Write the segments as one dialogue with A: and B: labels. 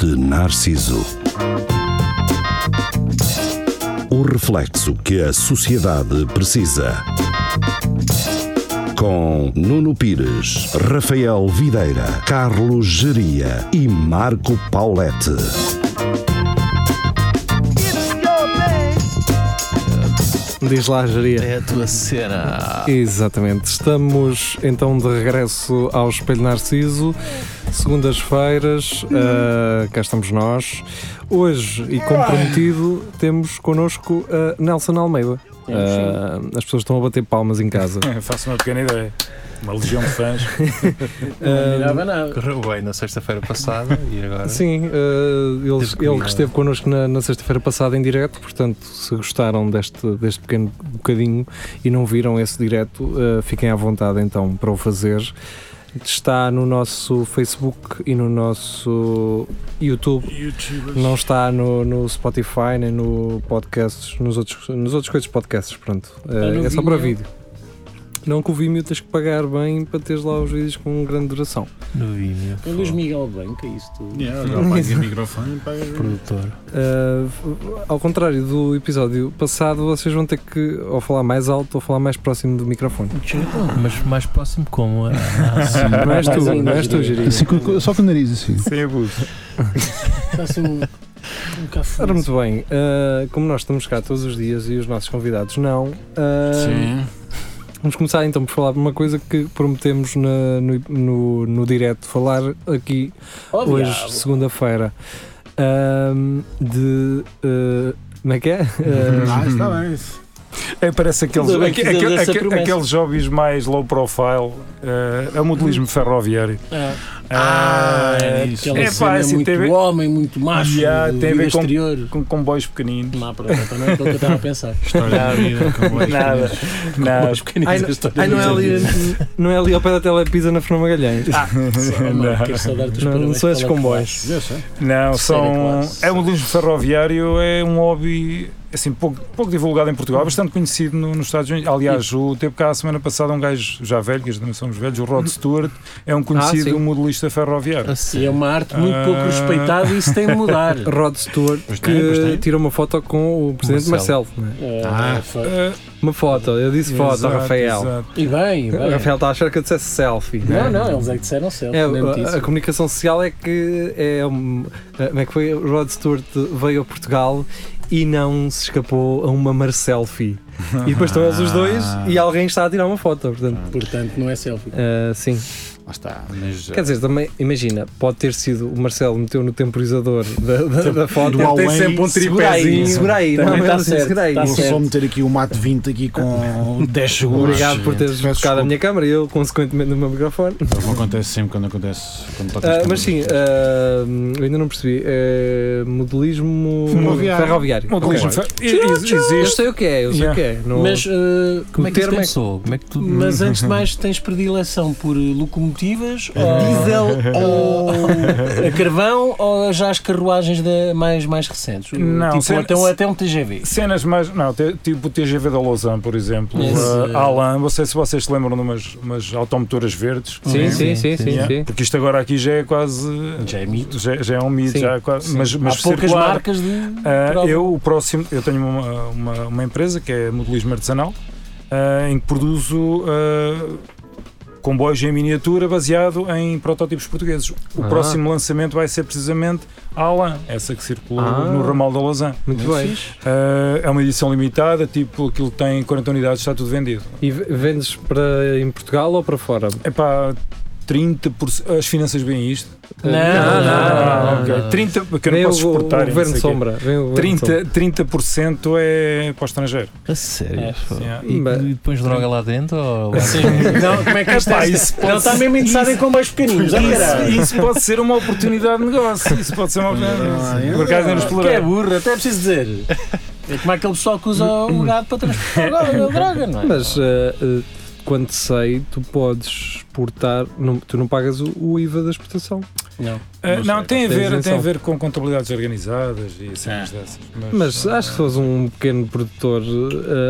A: de Narciso. O reflexo que a sociedade precisa. Com Nuno Pires, Rafael Videira, Carlos Geria e Marco Paulette.
B: Diz lá, geria.
C: É a tua cena.
B: Exatamente. Estamos então de regresso ao Espelho Narciso. Segundas-feiras, ah, cá estamos nós. Hoje, e como prometido, temos connosco ah, Nelson Almeida. Ah, as pessoas estão a bater palmas em casa.
D: Faço uma pequena ideia. Uma legião de fãs.
C: Não nada.
E: Correu bem na sexta-feira passada e agora.
B: Sim, ah, ele,
E: Teve
B: ele
E: comida.
B: que esteve connosco na, na sexta-feira passada em direto, portanto, se gostaram deste, deste pequeno bocadinho e não viram esse direto, ah, fiquem à vontade então para o fazer. Está no nosso Facebook e no nosso YouTube.
D: Youtubers.
B: Não está no, no Spotify nem no podcasts, nos outros, nos outros coisas podcasts, pronto. Ah,
C: no
B: é só para
C: Vimeo.
B: vídeo. Não que o Vimeo tens que pagar bem para teres lá os vídeos com grande duração.
E: No Vimeo.
C: O Luís Miguel Blanca, isso tudo.
D: Yeah, já paga microfone, paga.
E: Produtor.
B: Uh, ao contrário do episódio passado, vocês vão ter que ou falar mais alto ou falar mais próximo do microfone.
E: Mas mais próximo como?
B: Não és tu,
C: Mais ainda,
B: não és tu,
C: diria.
B: Jeria.
F: Assim, co- co- só com o nariz, assim.
D: Sem abuso.
C: Faça um, um café.
B: Ora, muito bem, uh, como nós estamos cá todos os dias e os nossos convidados não, uh,
D: Sim.
B: vamos começar então por falar de uma coisa que prometemos na- no, no, no direto falar aqui
C: Oh,
B: hoje,
C: diabo.
B: segunda-feira, um, de. uh, como é que é? Uh,
D: Ah, está bem. isso. É, parece aqueles,
C: Ainda bem que
D: aque- aque-
C: fizemos essa
D: aque-
C: promessa.
D: aqueles hobbies mais low profile, eh, a modelismo ferroviário.
C: Ah,
D: Ah,
C: é aquela
D: É
C: cena
D: pá, assim,
C: muito
D: tem a ver
C: homem, muito macho,
D: Yeah,
C: de
D: tem a
C: vida
D: ver com-
C: exterior.
D: com comboios pequeninos.
C: Não, pronto, então não é aquilo que eu estava a pensar.
D: Nada, nada.
C: Mas pequeninos,
B: Ai, não-
C: a história
B: ai, não, é
C: dos
B: ali,
C: amigos.
B: não é ali ao pé da Telepisa na Fernão Magalhães.
C: Só, mano, quero só dar-te os
B: Não, não
C: parabéns
B: são esses
C: pela
B: comboios.
C: classe.
D: Não, são.
C: classe.
D: É o modelismo ferroviário, é um hobby assim, pouco, pouco divulgado em Portugal, bastante conhecido no- nos Estados Unidos. Aliás, o, teve cá a semana passada um gajo já velho, que já também somos velhos, o Rod Stewart, é um conhecido
B: Ah, sim. Ah,
D: modelista ferroviário.
C: E é uma arte muito pouco
D: Ah.
C: respeitada e isso tem de mudar.
B: Rod Stewart
E: Pois tem, pois
B: que
E: tem.
B: tirou uma foto com o presidente Marcelo.
E: Marcelo.
B: né?
C: Ah, foi.
D: Ah,
B: Uma foto, eu disse foto,
D: exato,
B: Rafael.
D: exato.
C: E bem,
B: O
C: bem.
B: Rafael está a achar que eu dissesse selfie.
C: Não,
B: né?
C: não, eles é que disseram selfie,
B: É,
C: lembro
B: a, a
C: disso.
B: comunicação social é que é um, ah, como é que foi? O Rod Stewart veio a Portugal e não se escapou a uma Marselfie. E depois estão eles os dois e alguém está a tirar uma foto, portanto.
C: Portanto, não é selfie.
B: ah, sim.
F: Lá está. Mas,
B: Quer dizer, também, imagina, pode ter sido o Marcelo meteu no temporizador da, da, da foto.
F: Do
D: Tem
F: Além,
D: sempre um
B: Segura aí,
D: tripézinho.
B: segura aí, não,
C: Também está
B: mas
C: certo,
B: segura aí.
G: tá
C: está
F: vou só
C: certo.
F: meter aqui o mato 20 aqui com 10 segundos.
B: Obrigado por teres
F: Peço
B: tocado a minha câmera e eu, consequentemente, no meu microfone.
F: desculpa. Não acontece sempre quando acontece. Quando tocas
B: Ah,
F: com-
B: mas sim, ah, eu ainda não percebi. É modelismo
F: Ferroviário.
B: ferroviário.
D: Modelismo
B: Ok.
D: fer- ex-
B: Eu
D: Existe.
B: sei o que é, eu sei o
D: Yeah.
B: que é. Não-
C: Mas, eh,
E: Como é que
B: O
E: isso
B: termo é-
E: começou? Como é que tudo.
C: mas antes de mais, tens predileção por eh, locomotivas,
E: É.
B: Diesel
C: ou, ou a carvão, ou já as carruagens da- mais, mais recentes?
D: Não,
C: tipo,
D: sem-
C: até, um, até um TGV.
D: Cenas mais. Não, te- tipo o TGV da Lausanne, por exemplo.
C: Esse,
D: Uh,
C: eh,
D: a Alain, não sei se vocês se lembram de umas, umas automotoras verdes.
B: Sim, sim, sim, sim.
D: Yeah,
B: sim.
D: Porque isto agora aqui já é quase.
C: Já é mito.
D: Já, já é um mito,
B: Sim,
D: já é quase.
C: Sim.
D: Mas, mas
C: Há poucas
D: circular,
C: marcas de.
D: ah,
C: por algum-
D: eu, o próximo, eu tenho uma, uma, uma empresa que é modelismo artesanal, ah, em que produzo ah, comboios em miniatura baseado em protótipos portugueses. O
B: Ah.
D: próximo lançamento vai ser precisamente a Alain, essa que circulou
B: Ah.
D: no ramal da Lausanne.
B: Muito bem.
D: Ah, é uma edição limitada, tipo aquilo tem 40 unidades, está tudo vendido.
B: E v- vendes para em Portugal ou para fora?
D: É pá, 30%. As finanças bem isto.
C: Não,
B: não,
D: Ah,
B: não,
D: ok. 30%, porque eu não
B: Vem
D: posso
B: o, o
D: exportar. e não
B: governo
D: sei o quê.
B: sombra. Vem o governo
D: 30,
B: sombra.
D: 30% é para o estrangeiro.
E: A sério?
C: É,
E: pô.
D: sim, é.
E: E,
B: Bem.
E: e depois droga lá dentro? Ou...
C: Sim. Não, como é que isto
D: Epá,
C: é?
D: isso
C: Não está mesmo interessado em combos pequeninos. ah, caralho.
D: tá- Isso, isso pode ser uma oportunidade de negócio. Isso pode ser uma oportunidade de negócio. Por acaso nem
C: Que é
D: explorar.
C: burro, até preciso dizer. É como aquele pessoal que usa o gado para transportar droga, droga, não é?
B: Mas ah, ah, quando sei, tu podes exportar, não- tu não pagas o, o IVA da exportação.
C: Não.
D: Ah, Não, tem
B: Tens
D: a ver, tem a
B: razão.
D: ver com contabilidades organizadas e cenas dessas. ah,
B: Mas acho que se fosse um pequeno produtor,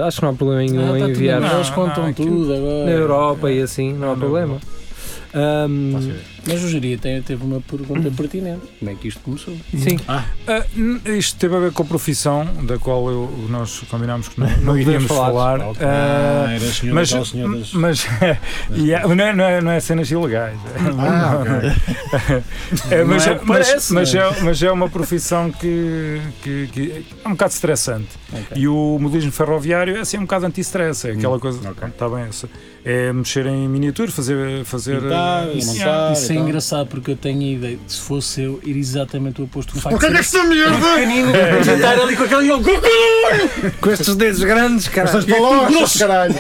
B: ah, acho que não há problema nenhum
C: Ah,
B: em
C: tá tudo bem,
B: enviar
D: Não,
C: Eles contam
D: não, aquilo-
C: tudo agora.
B: na Europa e assim, não há
D: Não,
B: problema. Ahm,
C: Mas o Jeria tem- teve uma pergunta pertinente. Como é que isto começou?
B: Sim.
D: Ah, n- isto teve a ver com a profissão, da qual eu- nós combinámos que não, não
B: podemos
D: iríamos
B: falar.
D: falar. Ah,
F: Ah, era senhor
D: mas,
F: mas, tal, senhor das...
D: mas yeah, não, é, não, é, não é cenas ilegais.
F: Ah, ok.
D: É, mas,
F: Não é
D: é,
F: o que
D: mas,
F: parece,
D: mas
F: não
D: é, mas é uma profissão que, que- que é um bocado estressante.
C: Ok.
D: E o modelismo ferroviário é assim um bocado anti-stress. É aquela coisa.
F: ok.
D: Está bem, essa- é mexer em miniatura, fazer. fazer eh,
F: Pintar,
D: yeah.
F: montar. Ah,
C: Isso é
F: então.
C: engraçado porque eu tenho a ideia de se fosse eu, ir exatamente o oposto. O facto
F: O que é que
C: de
F: é
C: ser um
F: esta merda?
C: pequenino, jantar ali com aquele
B: Com estes dedos grandes, cara.
F: Estas balochas, caralho.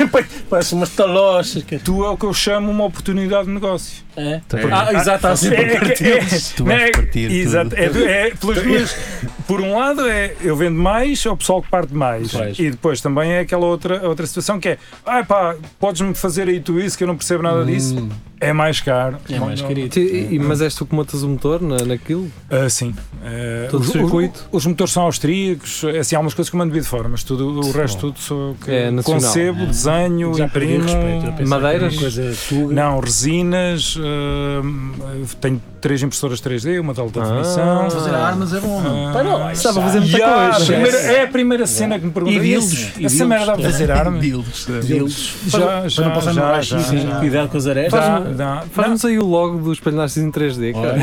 C: Parece umas talochas. cara.
D: Tu é o que eu chamo uma oportunidade de negócio.
C: É?
E: Tem.
C: Ah, exato, assim.
D: É, é, é,
E: Tu
D: não é,
E: vais partir
D: Exato.
E: tudo.
D: É, do- é pelas duas. Por um lado é eu vendo mais ao pessoal que parte mais.
C: Pois.
D: E depois também é aquela outra, outra situação que é ah pá, podes-me fazer aí tu isso que eu não percebo nada disso.
C: Hum,
D: É mais caro.
C: É mais
D: Não-
C: querido.
B: E- e- mas és tu que montas o motor na, naquilo?
D: Ah, sim. Ah,
B: Todo
D: os,
B: circuito.
D: os- os motores são austríacos, assim, há umas coisas que eu mando vir de fora, mas tudo, o resto tudo sou eu que
B: É nacional.
D: concebo, desenho,
C: Já perdi o
D: imprimo.
C: respeito. eu pensava que era
B: madeiras?
C: uma Coisa tuga.
D: Não, resinas, ah, tenho três impressoras 3D, uma de alta
B: Ah.
D: definição.
C: um
F: Fazer armas é bom, não?
D: Ah,
C: Para lá, isso
B: Estava a fazer muita
D: Ya,
B: coisa.
D: a primeira- é a primeira cena que me perguntam.
C: E dildos,
D: "Esse-
C: e
D: Essa
C: dildos,
D: merda dá para
C: é.
D: fazer arma?
E: Builds.
C: Deles.
D: Já, já,
F: não passar no
D: já,
F: raio
D: já.
F: X,
D: já.
F: né?
C: Cuidado com as arestas.
D: Dá,
C: um
B: Faz-me-
D: dá. Não,
B: Faz-nos aí o logo dos palhaços em 3D, cara.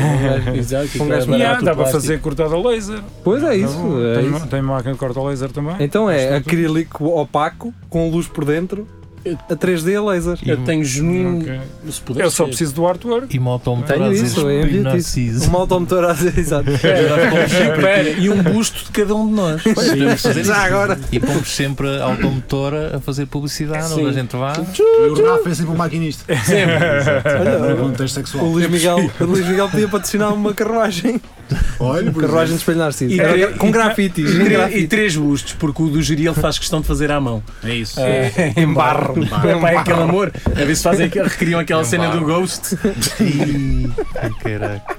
C: Exato, que
B: Um
C: aquilo é barato,
B: gajo-
D: ya,
C: o
D: dá para
C: plástico.
D: fazer cortada a laser.
B: pois é isso.
D: Não,
B: é
D: tenho,
B: isso.
D: tenho máquina de corta a laser também.
B: Então é acrílico opaco, com luz por dentro, a 3D laser.
C: Eu tenho genuíno.
B: Então,
D: Ok.
C: Se puder
D: Eu só
C: ser.
D: preciso do artwork.
E: E uma automotora a
B: Tenho
E: dizer
B: isso, eu
E: espelho
B: envio isso.
E: narciso.
B: Uma automotor a exato.
C: Espera, É. e um busto de cada um de nós.
E: Podemos fazer isso.
B: Já agora.
E: E pomos sempre a automotora a fazer publicidade,
C: Sim.
E: onde a gente vá.
F: E o Renato é sempre um maquinista. No
B: Olha,
F: contexto
B: o
F: sexual.
B: Luís Miguel, o Luís Miguel podia patrocinar uma carruagem.
F: Olha, é. por exemplo.
B: Carruagem de espelho narciso.
C: E
B: Era
C: tre-
B: com
C: e-
B: grafites.
C: E
B: com
C: tre-
B: grafites.
C: E três bustos, porque o do Jiri ele faz questão de fazer à mão.
F: É isso.
C: É, em barro. É pá, é aquele amor. A ver se fazem, aqu- recriam aquela cena do Ghost.
E: Caraca.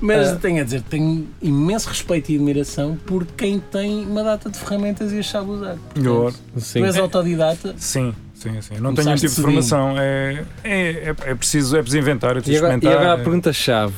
C: Mas tenho a dizer, tenho imenso respeito e admiração por quem tem uma data de ferramentas e as sabe usar.
D: Eu-
C: Tu és autodidata.
D: Sim, sim, sim.
C: Começaste
D: Não tenho um tipo de
C: cedinho.
D: formação. É, é, é, é preciso, é preciso inventar, é
B: E
D: preciso
B: agora, e
D: experimentar.
B: agora a
D: é-
B: pergunta-chave.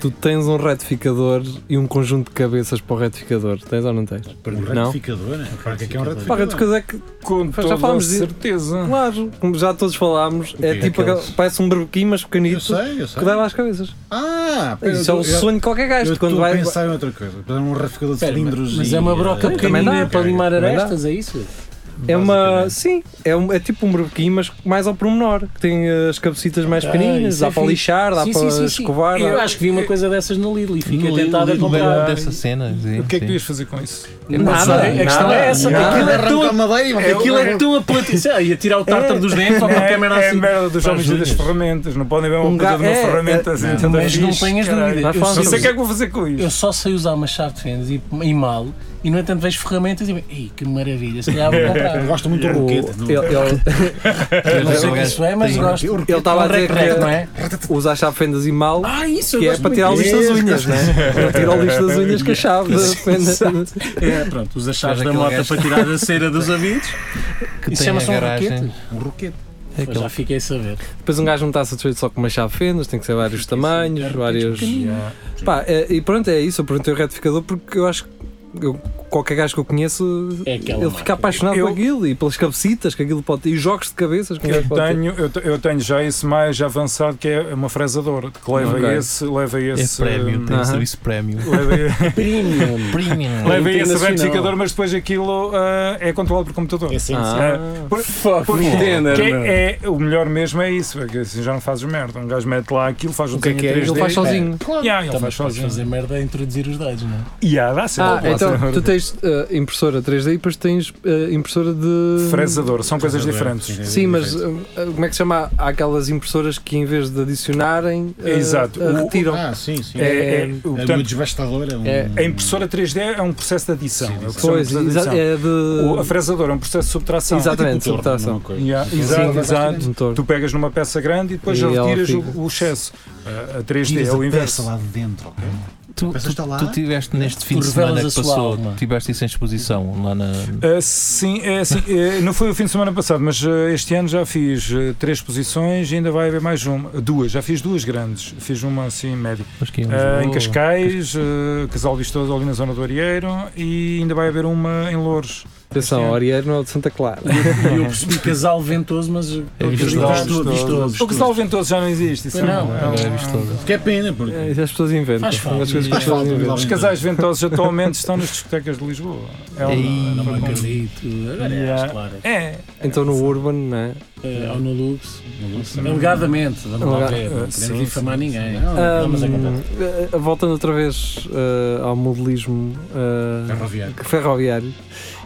B: Tu tens um retificador e um conjunto de cabeças para o retificador. Tens ou não tens?
F: Um
B: Não.
F: retificador, né? Para que é que é um
B: Pá,
F: retificador?
B: de coisa é que,
D: Com
B: Já
D: toda a
B: falámos disso.
D: certeza.
B: claro, como já todos falámos, é
F: quê?
B: tipo, aquele-
E: Aqueles-
B: parece um barbequinho, mas
F: Eu
B: pequenito,
F: sei, eu sei.
B: que dava às cabeças.
F: Ah, pera,
B: Isso é
F: eu-
B: o
F: eu-
B: sonho de qualquer
F: Eu
B: gajo. de
F: estou
B: quando
F: a
B: vai.
F: pensar em outra coisa. Fazer um retificador de
C: Espera,
F: cilindros
C: Mas
F: e,
C: é uma
F: eh,
C: broca
F: ok.
B: Também dá,
C: pequenina para
F: ok.
C: limar
B: Também dá.
C: arestas, é isso?
B: É uma.
F: basicamente.
B: Sim, é, um- é tipo um barbequinho, mas mais ao pormenor. Que tem eh, as cabecitas mais
C: Ah,
B: pequeninas,
C: isso
B: dá
C: é
B: para
C: fixe.
B: lixar, dá
C: Sim,
B: para
C: sim, sim, sim.
B: escovar.
C: Eu
B: dá-
C: acho que vi uma coisa dessas no Lidl e fiquei
E: No
C: tentado a
E: Lidl lembro-me
C: comprar.
E: dessa cena. sim,
D: O que é que
E: sim.
D: devias fazer com isso?
C: Nada, a questão é essa.
B: nada.
C: Aquilo é tão
F: Arrancar madeira e-
C: Aquilo é tão apelativo. Sei lá, Ia tirar o tártaro dos dentes ou qualquer merda
D: é a
C: assim.
D: merda dos homens e das ferramentas. Não podem ver uma
B: Um
D: puta
B: ga-
D: de uma
B: é,
D: ferramenta assim.
F: não,
D: tanta
C: mas não
D: fixe,
C: tenhas
D: caralho.
C: dúvida.
B: Nós
C: Eu
B: falamos
D: Não sei
C: sou-
D: o que é que vou fazer com
C: Eu
D: isto.
C: só sei usar uma chave de fendas e, e mal, e no entanto vejo ferramentas e digo, ei, que maravilha, se calhar vou
F: Eu
C: comprar.
F: gosto muito do
B: o-
C: é
F: roquete.
B: ele, ele
C: Eu não sei o que isso é, mas
E: Tem-
C: gosto.
F: Eu-
B: ele estava a
C: Um
B: dizer
C: recreio, não
B: que
C: é?
B: usa a chave fendas e mal.
C: Ah, isso, eu
B: Que é
C: gosto
B: para tirar o
C: muito.
B: lixo das unhas, né? Para tirar o lixo das unhas com a chave da fenda.
C: É, pronto, usa chaves
E: Mas
C: da
E: aquele
C: moto
E: gajo-
C: para tirar a cera dos avidos.
E: Que
C: Isso
E: tem a
C: chama-se um
E: garagem.
C: roquete.
F: Um roquete.
E: É
C: Pois,
E: aquele
C: Já fiquei a saber.
B: Depois um gajo não está satisfeito só com uma chave fendas, tem que ser vários tamanhos, vários. Pá, é- e pronto, é isso. Eu perguntei o retificador porque eu acho que eu- qualquer gajo que eu conheço,
C: É aquela
B: ele
C: marca.
B: fica apaixonado
D: Eu-
B: por aquilo e pelas cabecitas que aquilo pode ter e os jogos de cabeças que um
D: Eu
B: gajo pode ter.
D: tenho, eu, te- eu tenho já esse mais avançado que é uma fresadora que leva
B: Ok.
D: esse, leva esse,
E: É prémio, tem
B: aham.
E: um serviço prémio.
D: leva,
C: Premium.
B: É um
E: Premium.
D: leva esse
C: É internacional.
D: retificador, mas depois aquilo ah, é controlado por computador.
F: É sim, sim.
B: Ah,
D: Por-
C: Fuck,
D: por-
C: Nintendo,
D: que
C: meu.
D: é, o melhor mesmo é isso, porque assim já não fazes merda. Um gajo mete lá aquilo, faz o
F: que é
D: desenho
F: que é?
D: em 3D.
B: ele faz sozinho.
D: Yeah,
C: Também
D: ele faz
C: Tá, podes
D: sozinho.
C: fazer merda a introduzir os dados, não é?
D: Yeah, dá
B: Ah,
D: certo.
B: então tu tens eh, impressora 3D e depois tens eh, impressora de.
D: Fresador, são coisas diferentes.
B: Sim, mas eh, como é que se chama? Há aquelas impressoras que em vez de adicionarem, eh,
D: É, Exato.
B: eh,
D: O-
B: retiram.
F: Ah, sim, sim.
D: É,
F: É,
D: é,
B: É,
F: uma
D: portanto,
F: devastadora. um-
B: é-
D: a impressora 3D é um processo de adição.
F: Sim,
D: é o que se chama
B: Pois,
D: processo de
B: exa-
D: adição.
B: é
D: O- a
B: de.
D: fresadora é um processo de subtração.
B: Exato.
F: É tipo
B: exatamente,
F: um torno,
B: subtração.
F: uma coisa.
D: Yeah,
F: Sim,
D: exato,
F: sim.
D: exato.
B: Motor.
D: Tu pegas numa peça grande e depois
B: E
D: já
B: ela
D: retiras
B: fica.
D: o, o excesso. A- A 3D
F: Tiras
D: é o
F: a peça
D: inverso.
F: lá de dentro, ok?
E: Tu,
F: Mas
E: tu,
F: está lá?
E: tu tiveste neste fim
C: Tu
E: de semana
C: revelas
E: que
C: a sua
E: passou,
C: alma.
E: tiveste isso em exposição lá na.
D: Ah, sim, é assim, é, não foi o fim de semana passado, mas ah, este ano já fiz ah, três posições e ainda vai haver mais uma. Duas, já fiz duas grandes. Fiz uma assim, média.
E: Mas que é
D: Ah, em
E: Lisboa.
D: Cascais, ah, Casal Vistoso ali na zona do Arieiro e ainda vai haver uma em Louros.
B: Atenção, Orieiro não é o de Santa Clara.
C: E eu percebi casal ventoso, mas.
E: É vistoso.
F: Vistoso, vistoso.
D: O Casal Ventoso já não existe. isso
C: Pois não,
D: é um-
E: Agora viste toda.
F: Que é pena, porque.
B: É, As pessoas inventam.
C: Faz falta.
B: As coisas que
F: Faz
B: as pessoas
F: falta,
B: inventam.
D: Os casais ventosos atualmente estão nas discotecas de Lisboa. É, um-
E: Ei,
C: Não
D: é
C: me
D: um-
C: acredito. Agora é,
D: Yeah.
C: claro.
D: é,
B: Então no Urban, né?
C: Eh, Ou no Lux. Alegadamente, vamos lá ver. Não queremos
D: Sim,
C: difamar
D: sim,
C: ninguém.
D: sim.
C: Não, não, mas é
E: Um,
B: Ahm,
C: verdade.
B: eh, voltando outra vez eh, ao modelismo eh,
C: Ferroviário.
B: ferroviário.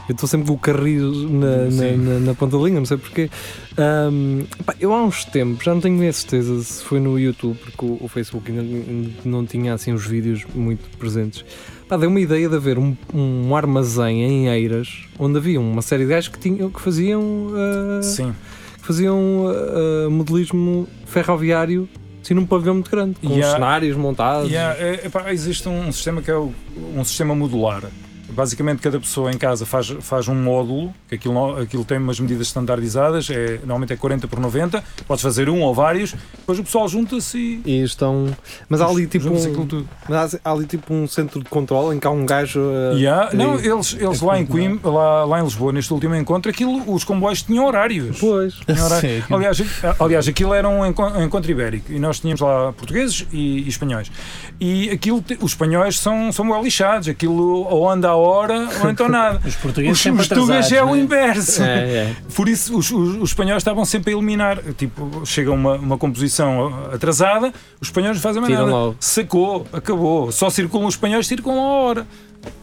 B: Eu estou sempre com o carril na, na,
C: Sim.
B: na, na ponta da língua, não sei porquê. Ahm, pá, eu há uns tempos, já não tenho nem a certeza se foi no YouTube, porque o, o Facebook ainda n- não tinha assim os vídeos muito presentes. Pá, deu uma ideia de haver um, um armazém em Eiras, onde havia uma série de gajos que, tinham, que faziam, ah,
D: sim.
B: que faziam ah, ah, modelismo ferroviário assim, num pavilhão muito grande, com
D: Yeah.
B: cenários montados.
D: Yeah, é- epá, existe um sistema que é o- um sistema modular. Basicamente, cada pessoa em casa faz, faz um módulo, que aquilo, não- aquilo tem umas medidas standardizadas, é, normalmente é 40 por 90, podes fazer um ou vários, depois o pessoal junta-se e.
B: E estão. Mas há ali tipo.
D: junta-se
B: um-
D: aquilo tudo.
B: Mas há há ali tipo um centro de controle em que há um gajo. uh,
D: Yeah, Não,
B: e-
D: eles, eles lá, em Coim, lá, lá em Lisboa, neste último encontro, aquilo, os comboios tinham horários.
B: Pois.
D: Tinha horário.
E: Sim, aquilo-
D: Aliás, a- aliás, aquilo era um enco- um encontro ibérico e nós tínhamos lá portugueses e, e espanhóis. E aquilo, te- os espanhóis são, são bem lixados, aquilo ou anda à hora ou então nada.
C: Os portugueses
D: Os,
C: sempre
D: os tugas
C: atrasados.
D: é o
C: né?
D: inverso.
B: É, é.
D: Por isso, os, os- os espanhóis estavam sempre a eliminar. Tipo, chega uma, uma composição atrasada, os espanhóis não fazem mais
B: Tiram
D: nada.
B: logo.
D: Sacou, acabou. Só circulam os espanhóis, circulam à hora.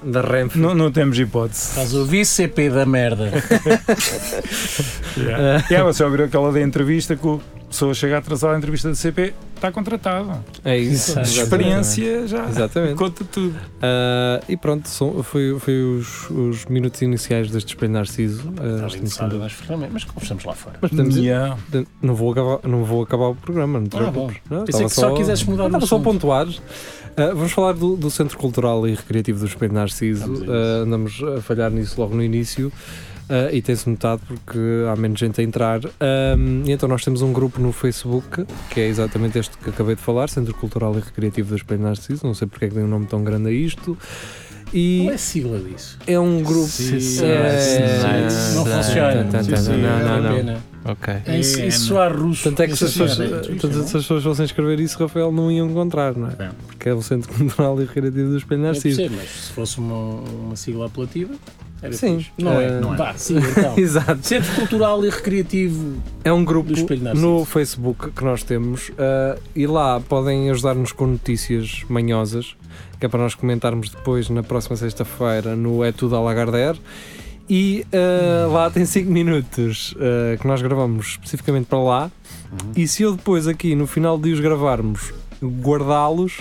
B: Da Renfe.
D: Não, não temos hipótese.
C: Estás a ouvir CP da merda.
D: Yeah. Yeah, você ouviu aquela da entrevista que o pessoa chega atrasada à entrevista da CP, está contratado.
B: É isso.
C: Exato.
D: Experiência já
B: Exatamente.
D: conta tudo.
B: Ah, e pronto, são- foi, foi os, os minutos iniciais deste Espelho Narciso. ah,
C: Estás
B: este
C: a
B: início
E: um
C: interessado
B: do-
C: nas ferramentas, mas conversamos lá fora.
B: Mas podemos ir-
D: Yeah.
B: de- não, vou acabar, não vou acabar o programa, não te
C: Ah, bom.
B: preocupes. Não, é?
C: Pensei
B: estava
C: que só quisesses mudar
B: não,
C: de
B: Estava só a
C: assunto.
B: pontuar. Ah, vamos falar do, do Centro Cultural e Recreativo do Espelho Narciso.
C: Vamos a isso.
B: Ah, andamos a falhar nisso logo no início. ah, e tem-se notado porque há menos gente a entrar. Ah, e então nós temos um grupo no Facebook, que é exatamente este que acabei de falar, Centro Cultural e Recreativo do Espelho Narciso. Não sei porque é que tem um nome tão grande a isto.
C: Qual
B: E
C: é a sigla disso?
B: é um grupo.
E: Sim, sim,
B: É-
E: sim.
C: Não funciona.
B: Tá, tá, tá,
F: Sim, sim,
C: É
B: não, não, não.
C: não.
E: tá. Ok.
C: É Isso, isso soa russo.
B: Tanto é que se as
C: Isso
B: pessoas,
C: soa-
B: tanto se as pessoas fossem escrever isso, Rafael, não iam encontrar, não é?
F: É.
B: Porque é o Centro Cultural e Recreativo do Espelho
C: Eu
B: Narciso.
C: percebo, mas se fosse uma, uma sigla apelativa, era
B: Sim,
C: fixe. Não
B: eh,
C: é?
F: não é.
C: Vá, sim, então.
B: Exato.
C: Centro Cultural e Recreativo
B: É um grupo
C: Do Espelho Narciso.
B: no Facebook que nós temos ah, e lá podem ajudar-nos com notícias manhosas, que é para nós comentarmos depois na próxima sexta-feira no É Tudo a Lagardère. E ah, lá tem 5 minutos ah, que nós gravamos especificamente para lá. E se eu depois aqui no final de os gravarmos guardá-los,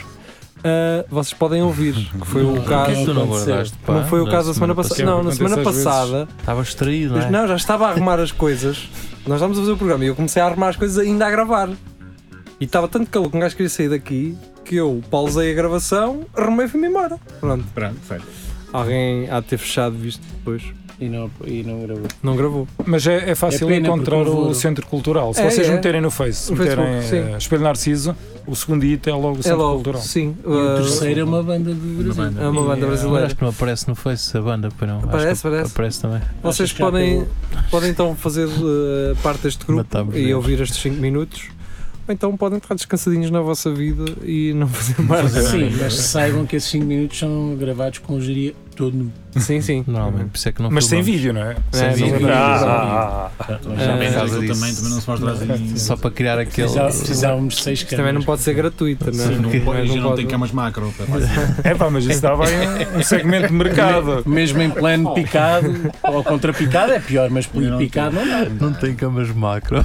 B: ah, vocês podem ouvir. Que foi o
E: Porquê é que
B: caso.
E: tu não
C: aconteceu.
E: guardaste? pá,
B: Não foi o caso da semana passada. Não, na
D: Acontece
B: semana
D: às vezes.
B: passada.
E: Estava distraído, não
B: Mas
E: é?
B: não, já estava a arrumar as coisas. Nós estávamos a fazer o programa e eu comecei a arrumar as coisas ainda a gravar. E estava tanto calor que um gajo queria sair daqui que eu pausei a gravação, arrumei e fui-me embora. Pronto.
F: Pronto, feito.
B: Alguém há de ter fechado visto depois.
C: e não, e não gravou.
B: Não gravou.
D: Mas é, é fácil
C: É pena,
D: encontrar
C: porque eu
D: o
C: vou-
D: Centro Cultural. Se
B: É,
D: vocês
B: é.
D: meterem no Face, se
B: No Facebook,
D: meterem
B: sim.
D: eh, Espelho Narciso, o segundo hit é logo o
B: É
D: Centro
B: logo.
D: Cultural.
B: Sim.
C: E o
B: uh,
C: terceiro é uma banda de Brasil.
F: banda.
B: é uma banda
D: Yeah.
E: Mas
B: brasileira.
E: acho que não aparece no Face a banda, pois não. Acho que
B: Aparece, aparece.
E: Aparece também.
B: Vocês
C: Achas que já
B: podem,
C: acabou?
B: podem então fazer uh, parte deste grupo
E: Matamos
B: e
E: Deus.
B: ouvir estes 5 minutos. Ou então podem estar descansadinhos na vossa vida e não fazer mais.
C: Sim, mas saibam que esses 5 minutos são gravados com o geria todo nu.
B: Sim, sim.
E: Normalmente, por isso é que não
D: Mas sem
E: filmamos.
D: vídeo, não é?
E: Sem
B: É, não
E: vídeo.
B: tem
D: Ah, ah, ah.
E: Já
B: Ah,
E: por causa
F: Aquilo
E: disso.
F: também, também não se faz trás em-
E: Só para criar aquele.
C: Precisava- Precisávamos de 6
B: Isto também não pode ser gratuita, não é?
F: Sim, não
B: Porque
F: pode- já não tem
B: pode-
F: camas macro. pá, pá.
D: É pá, mas isso dava aí um- um segmento de mercado.
C: Mesmo em plano picado ou contrapicado é pior, mas
F: Não
C: plano
F: tem.
C: picado não dá.
E: Não tem câmaras macro.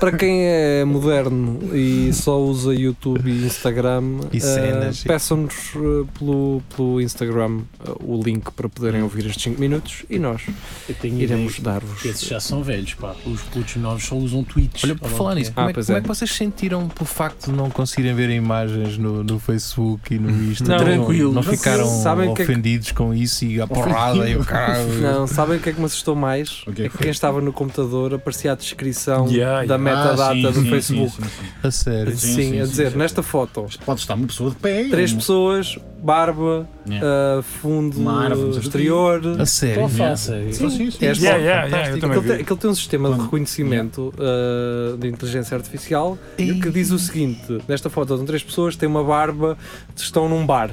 B: Para quem é moderno e só usa YouTube e Instagram,
E: E
B: eh,
E: cenas, sim.
B: peçam-nos eh, pelo, pelo Instagram eh, o o link para poderem ouvir estes 5 minutos e nós
C: Eu tenho
B: iremos
C: ideia
B: dar-vos.
C: que Esses já são velhos, pá. Os putos novos só usam tweets.
E: Olha, por falar nisso, como,
B: Ah,
E: é, que-
B: pois é.
E: como é que vocês sentiram pelo facto de não conseguirem ver imagens no, no Facebook e no Insta?
D: Não,
C: tranquilo.
E: Não,
C: Vocês
E: ficaram
B: sabem o que é que-
E: ofendidos com isso e a porrada e o caralho.
B: Não, sabem o que é que me assustou mais?
F: O que é
B: é
F: que
B: que
F: foi?
B: quem estava no computador aparecia a descrição
D: Yeah,
B: da
D: yeah.
B: metadata
F: Ah, sim,
B: do
F: sim,
B: Facebook.
F: sim, sim, sim.
E: A sério.
B: Sim,
F: sim,
B: a
F: sim,
B: dizer,
F: sim.
B: nesta foto,
F: Mas Pode estar uma pessoa de pé.
B: três
F: um-
B: pessoas, barba,
F: Yeah.
B: ah, fundo
F: Uma árvore, não sei o quê.
B: exterior.
E: A sério.
C: Tão fácil.
F: Sim, sim, sim.
B: é as
D: Yeah, yeah, yeah, eu também
B: Aquilo tem,
D: vi.
B: aquilo tem um sistema de
F: Quando-
B: reconhecimento ah, de inteligência artificial
E: Ei.
B: que diz o seguinte: nesta foto são três pessoas, têm uma barba, estão num bar.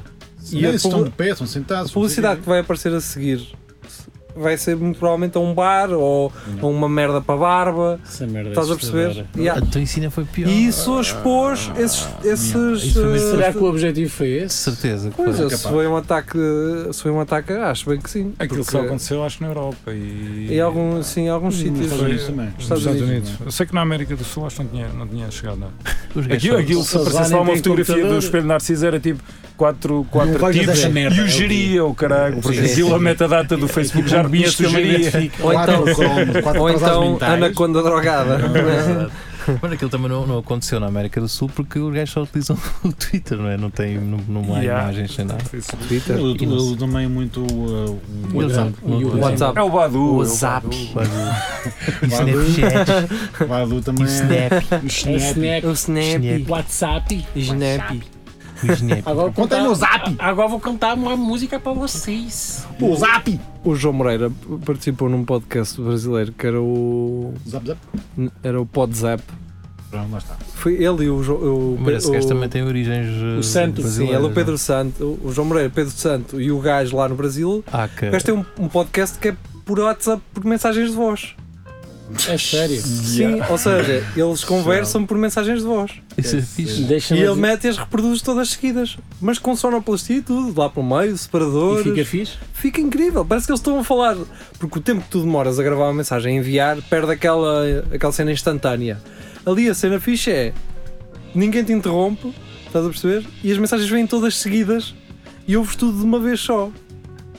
F: E
B: E a
F: eles estão
B: publi-
F: de pé, estão sentados.
B: A publicidade que vai aparecer a seguir vai ser muito provavelmente a um bar ou a uma merda para a barba.
C: Essa merda é
B: Estás a perceber?
C: assustadora.
B: Yeah.
D: Ah.
E: A tua ensina foi pior.
B: E isso expôs esses. esses
E: Isso foi mesmo-
B: eh,
C: Será que o objetivo foi
E: De
C: esse?
E: certeza. que
B: Pois,
E: foi.
B: se foi um ataque, se foi um ataque, acho bem que sim.
D: Aquilo
B: porque
D: só aconteceu, acho, na Europa. E...
B: Em algum, sim, em alguns sítios.
F: Estados Unidos também.
D: Nos
B: Estados
D: Estados
B: Unidos.
D: Unidos. Eu sei que na América do Sul acho que não tinha, não tinha chegado nada.
E: Os gajos
D: Aquilo,
E: são-
D: aquilo se
C: Só
D: aparecesse
C: Zani
D: lá uma
C: tem
D: fotografia do
C: computador.
D: espelho de Narciso era tipo quatro,
F: Não
D: quatro
F: vais
D: tipos
F: dessa merda,
D: e
C: é
D: o
C: o
D: geria, o caralho, porque
E: Sim, sim.
D: aquilo a metadata do Facebook já reconhece o geria.
B: Ou então,
F: então,
B: Ou então Anaconda Drogada.
E: Mas aquilo também não, não aconteceu na América do Sul porque os gajos só utilizam o Twitter, não é? Não, tem, não, não há
D: Yeah.
E: imagens sem nada.
B: Twitter.
F: Eu eu uso também muito uh, um
E: WhatsApp.
B: WhatsApp.
D: É o Badu. é o
B: WhatsApp.
D: Badu.
E: Faz o- o
F: Badu.
E: Snapchat,
F: Badu também.
E: o é Snap,
F: Um
C: É
F: Snap.
C: Snap,
B: O Snap.
C: WhatsApp.
B: Snap.
E: o Snap.
C: Agora vou
F: Conta aí
C: contar-
F: no zap.
C: Agora vou cantar uma música para vocês.
F: O zap.
B: O João Moreira participou num podcast brasileiro que era o.
F: Zap, zap.
B: Era o Podzap.
F: Pronto, lá está.
B: Foi ele e o. Jo- o,
E: Mas esse gajo
B: o-
E: também tem origens.
C: o Santo,
B: Sim, ele, o Pedro Santo, o- o João Moreira, Pedro Santo e o gajo lá no Brasil.
E: Ah, que-
B: O gajo tem um, um podcast que é por WhatsApp, por mensagens de voz.
C: É sério.
B: Sim, ou seja, eles conversam por mensagens de voz.
E: Isso é fixe.
B: E
C: Deixa-me
B: ele
C: dizer-
B: mete e as reproduz todas seguidas, mas com sonoplastia e tudo, lá para o meio,
C: E
B: separadores.
C: fica
B: Fica...
C: fixe?
B: incrível, parece que eles estão a falar. Porque o tempo que tu demoras a gravar uma mensagem e enviar perde aquela, aquela cena instantânea. Ali a cena fixe é ninguém te interrompe, estás a perceber? E as mensagens vêm todas seguidas e ouves tudo de uma vez só.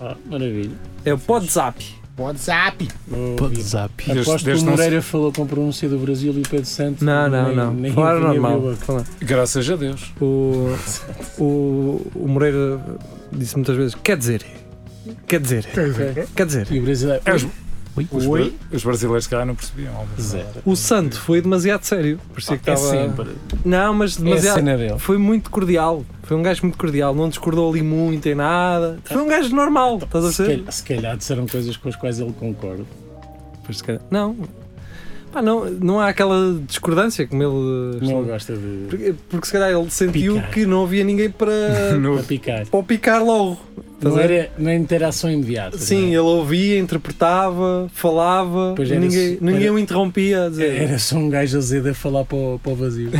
C: Ah, maravilha.
B: É o WhatsApp.
F: WhatsApp.
C: Vou
E: Pô,
C: ouvir.
E: Zap.
D: Desde-
C: Aposto que
D: desde
C: o
D: não se-
C: Moreira falou com pronúncia do Brasil e o Pedro Santos.
B: Não, não,
C: nem-
B: não.
C: nem-
B: Falaram
C: nem abriu a
B: normal.
C: boca.
B: Falaram.
D: Graças a Deus.
B: O, o, o Moreira disse muitas vezes: quer dizer, quer dizer, quer dizer.
C: E o brasileiro.
D: É, os, os,
F: Oi.
D: bra- os brasileiros, se calhar, não percebiam. alguma coisa.
C: Zero.
B: O santo foi demasiado sério. Parecia que
C: É
B: estava.
C: sempre.
B: Não, mas
C: É a
B: demasiado.
C: cena dele.
B: foi muito cordial. Foi um gajo muito cordial. Não discordou ali muito em nada. Foi um gajo normal. Estás a
C: Se
B: ser?
C: calhar, se calhar disseram coisas com as quais ele concorda.
B: Pois, se calhar- Não. Pá, não. Não há aquela discordância como ele.
C: Não gosta de,
B: Porque, porque se calhar ele sentiu
C: Picar.
B: que não havia ninguém para,
C: de
D: No-
C: picar.
B: para o picar logo. Estás
C: Não
B: a ver?
C: era na interação imediata.
B: Sim,
C: não é?
B: ele ouvia, interpretava, falava,
C: Pois era
B: ninguém,
C: isso.
B: ninguém
C: Era-
B: o interrompia a
C: é?
B: dizer.
C: Era só um gajo azedo a falar para o, para o vazio.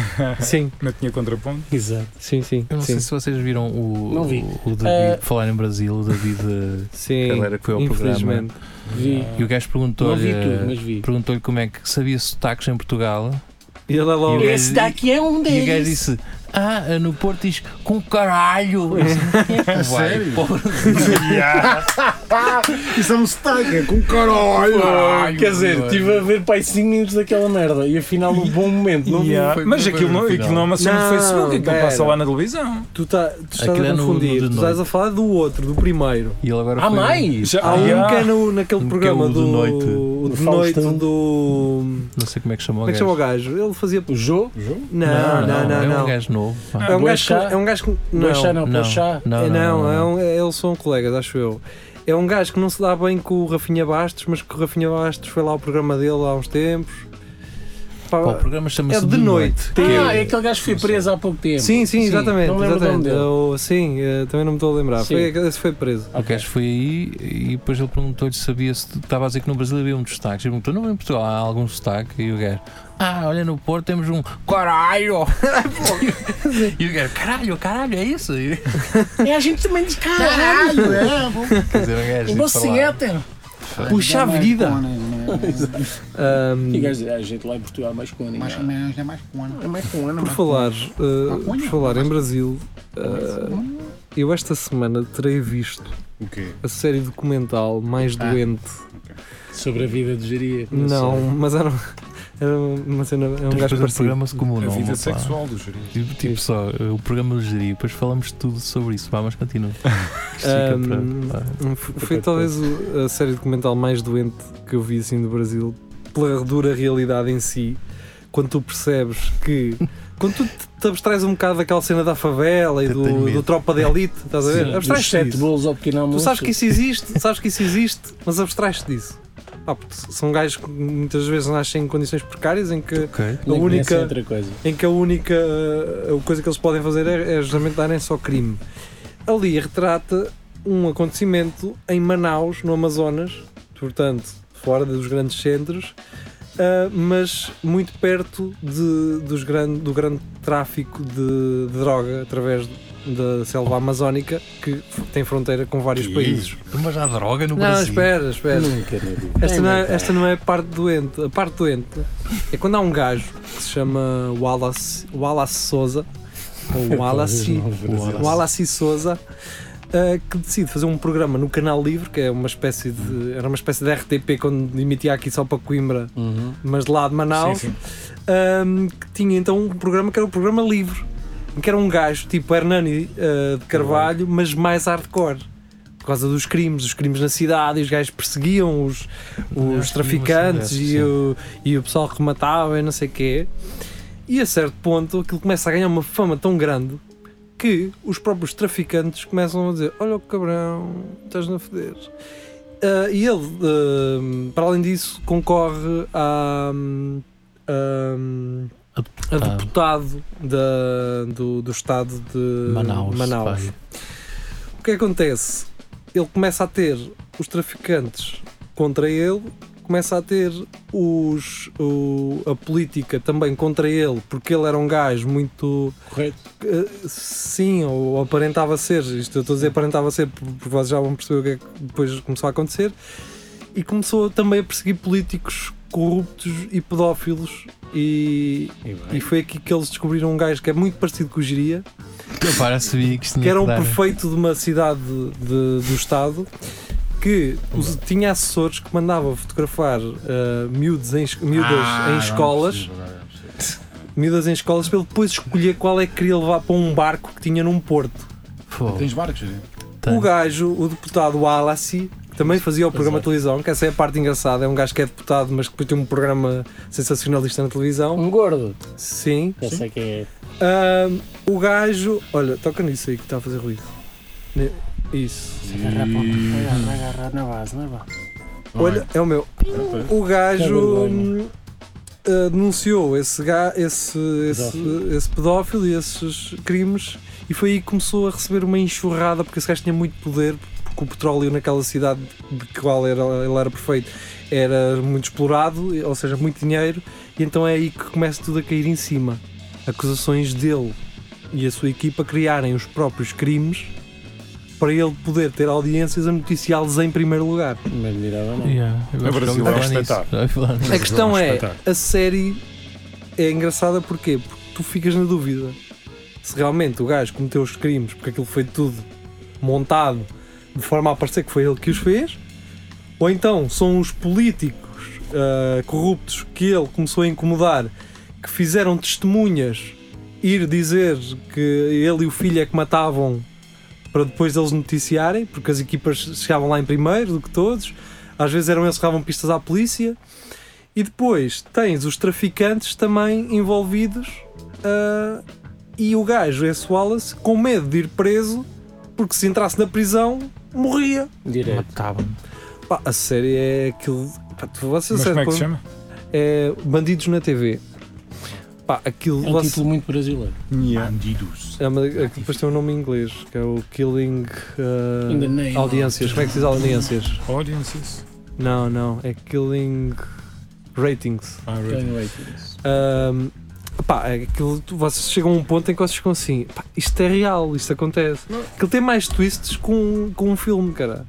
B: Sim,
D: Não tinha contraponto.
C: Exato.
B: sim, sim.
E: Eu não
B: sim.
E: sei se vocês viram o,
C: Não vi.
E: o, o David, falar em Brasil, o David, eh,
B: Sim,
E: que era que foi ao programa.
B: infelizmente.
C: Vi.
E: E o gajo
C: Não vi
E: perguntou-lhe
C: tudo, mas vi.
E: perguntou como é que sabia sotaques em Portugal.
B: E ele é logo.
E: E o
C: Esse daqui é um
E: E o gajo
C: deles.
E: disse: Ah, no Porto diz com caralho. Eu disse, Vai,
F: sério?
E: porra.
F: Isso é um stacker com
E: "Ah,
F: caralho.
C: Ah, Quer dizer, estive a ver pai 5 minutos daquela merda e afinal um bom momento. Não vi.
D: Yeah.
E: foi-
D: Mas
E: não foi
D: aquilo
E: no
D: não,
E: final.
D: aquilo não é uma cena
B: Não,
D: no Facebook, aquilo
B: pera.
D: passa lá na televisão.
B: Tu, tá, tu estás
E: Aquilo é
B: a
E: no- no
B: confundir,
E: de
B: tu
E: noite.
B: estás a falar do outro, do primeiro.
E: E ele agora
C: Há
E: foi-
C: mais?
D: Já-
B: Há um
D: Yeah.
B: que é no, naquele
E: Um que é
B: programa
E: o de
B: do,
E: noite.
B: o de
C: Do
B: noite
C: Faustão.
B: do.
E: Não sei como é que chama o
B: Como é que
E: gajo.
B: chama o gajo? Ele fazia.
C: O jogo?
B: Não, não, não.
E: É um
B: não.
E: gajo novo. pá.
B: É um gajo que.
C: Boechat?
B: É um gajo que.
C: Não é chá,
B: Não,
C: não, não. chá.
B: É, não, é um- é- eles são colegas, acho eu. É um gajo que não se dá bem com o Rafinha Bastos, mas que o Rafinha Bastos foi lá ao programa dele há uns tempos. Pá,
E: Pá, o programa chama-se
B: é de noite.
C: Ah, é aquele gajo que foi preso há pouco tempo.
B: Sim, sim, exatamente.
C: Não lembro o nome
B: exatamente.
C: dele.
B: Eu- sim, eh, também não me estou a lembrar.
C: Sim.
B: Foi, esse foi preso.
E: O gajo foi aí e depois ele perguntou-lhe se sabia se estava a dizer que no Brasil havia um destaque. Ele perguntou: não, em Portugal há algum destaque? E o gajo: Ah, olha, no Porto temos um caralho! e o gajo: Caralho, caralho, é isso? E-
C: É a gente também diz caralho.
F: Caralho, é.
E: um
B: Um
E: Quer dizer, o gajo.
C: Você é, tem.
B: Puxa a vida!
G: é?
B: Ahm,
C: E gajo, a gente lá em Portugal é mais com ano.
G: Mais ou
C: É
G: menos, é mais com ano.
C: mais com ano.
B: por falar, eh, por falar em Brasil, eh, eu esta semana terei visto
G: O quê?
B: a série documental mais
G: Ah.
B: doente.
C: Sobre a vida de geria.
B: Não, mas era, um- era uma cena, é um gajo
E: Temos de fazer um
B: parecido.
E: programa como o
D: A
E: nome.
D: vida
E: opa.
D: sexual do júri.
E: Tipo, tipo só, o programa do Gerir, depois falamos tudo sobre isso. Vá, mas continua. Isto fica
B: Ahm,
E: para- para-
B: Um F- Foi talvez o- a série documental mais doente que eu vi assim do Brasil, pela dura realidade em si, quando tu percebes que. Quando tu te- te abstrais um bocado daquela cena da favela e
E: Eu tenho
B: do,
E: medo.
B: do tropa de elite, estás a ver?
C: Os
B: Abstrais-te
C: sete
B: disso.
C: bolos ao pequeno
B: É Tu
C: almoço.
B: sabes que isso existe, sabes que isso existe, mas abstrais-te disso. Pá, porque são gajos que muitas vezes nascem em condições precárias em que
E: Ok.
C: Nem
B: é a única-
C: conhecem outra coisa.
B: em que a única uh, coisa que eles podem fazer é, é justamente darem só crime. Ali retrata um acontecimento em Manaus, no Amazonas, portanto, fora dos grandes centros, uh, mas muito perto de- dos gran- do grande tráfico de, de droga através da selva amazónica, que f- tem fronteira com vários países.
E: Mas há droga no
B: Não,
E: Brasil.
B: espera, espera.
C: Nunca na vida.
B: Esta
C: Nem
B: não, é,
D: né?
C: nunca.
B: esta não é a parte doente. A parte doente é quando há um gajo que se chama Wallace, Wallace Souza, ou Wallace, Wallace Souza, eh, que decide fazer um programa no Canal Livre, que é uma espécie de. Era uma espécie de RTP quando emitia aqui só para Coimbra,
C: Uhum.
B: mas de lá de Manaus,
D: Sim, sim.
B: ahm, que tinha então um programa que era o programa livre, em que era um gajo tipo Hernani eh, de Carvalho, mas mais hardcore. Por causa dos crimes, os crimes na cidade, e os gajos perseguiam os, os
E: Acho que vi uma
B: traficantes
E: cena
B: e
E: dessas,
B: o, e o pessoal que matava e não sei o quê. E a certo ponto aquilo começa a ganhar uma fama tão grande que os próprios traficantes começam a dizer: Olha o cabrão, estás na foder. Ah, e ele, ah, para além disso, concorre a.
E: A
B: a
E: deputado.
B: deputado da- do, do estado de
E: Manaus,
B: Manaus.
E: Espanha.
B: O que acontece? Ele começa a ter os traficantes contra ele, começa a ter os, o- a política também contra ele, porque ele era um gajo muito.
C: Correto.
B: eh, sim, ou, aparentava ser, isto eu estou a dizer aparentava ser, porque vocês já vão perceber o que é que depois começou a acontecer, e começou também a perseguir políticos corruptos e pedófilos. E,
C: E vai.
B: e foi aqui que eles descobriram um gajo que é muito parecido com o Giria,
E: Eu para sabia que isto tinha
B: que era um
E: dar.
B: prefeito de uma cidade de- do Estado que os- tinha assessores que mandavam fotografar ah, miúdos em, es- miúdas em escolas, miúdas em escolas para ele depois escolher qual é que queria levar para um barco que tinha num porto.
E: Pô,
G: Tens barcos? é?
E: tanto.
B: O gajo, o deputado Alassi, que também fazia o programa de televisão, que essa é a parte engraçada, é um gajo que é deputado, mas que depois tem um programa sensacionalista na televisão.
C: Um gordo.
B: Sim.
C: Eu sei que é.
B: Ahm, o gajo. Olha, toca nisso aí que está a fazer ruído. Ne- Isso.
G: Agarra, pô. Agarra,
C: Vai agarrar na base, não é? vá?
B: Olha, é o meu. O gajo hum, eh, denunciou esse, ga, esse, esse,
C: Pedófilo.
B: esse pedófilo e esses crimes e foi aí que começou a receber uma enxurrada porque esse gajo tinha muito poder porque o petróleo naquela cidade de qual era, ele era perfeito era muito explorado, ou seja, muito dinheiro e então é aí que começa tudo a cair em cima. Acusações dele e a sua equipa criarem os próprios crimes para ele poder ter audiências a noticiá-los em primeiro lugar.
C: Mas virava não.
E: Yeah, eu gosto
D: Brasil
E: de
D: é um
E: falar nisso.
D: espetáculo.
E: Vai falar nisso.
B: A questão
D: vamos
B: é,
D: espetar.
B: a série é engraçada porquê? Porque tu ficas na dúvida se realmente o gajo cometeu os crimes porque aquilo foi tudo montado de forma a parecer que foi ele que os fez, ou então são os políticos ah, corruptos que ele começou a incomodar que fizeram testemunhas ir dizer que ele e o filho é que matavam para depois eles noticiarem, porque as equipas chegavam lá em primeiro do que todos, às vezes eram eles que davam pistas à polícia. E depois tens os traficantes também envolvidos ah, e o gajo, esse Wallace, com medo de ir preso, porque se entrasse na prisão, morria.
C: Direto.
E: Matava-me.
B: Pá, a série é aquilo. Pá, tu, vocês
D: Mas como é que
B: certo
D: se chama?
B: ponto, é Bandidos na TV. Pá, aquilo.
C: É um
B: você-
C: título muito brasileiro.
G: Bandidos.
B: é uma- é que depois tem um nome em inglês, que é o Killing ah,
C: In the name
B: Audiências. Como é que se diz audiências?
D: Audiences.
B: Não, não. É Killing Ratings.
D: Ah, right.
C: Tenho ratings.
B: Ahm, pá, é aquilo, tu- vocês chegam a um ponto em que vocês ficam assim: pá, isto é real, isto acontece. Aquilo tem mais twists com, com um filme, cara.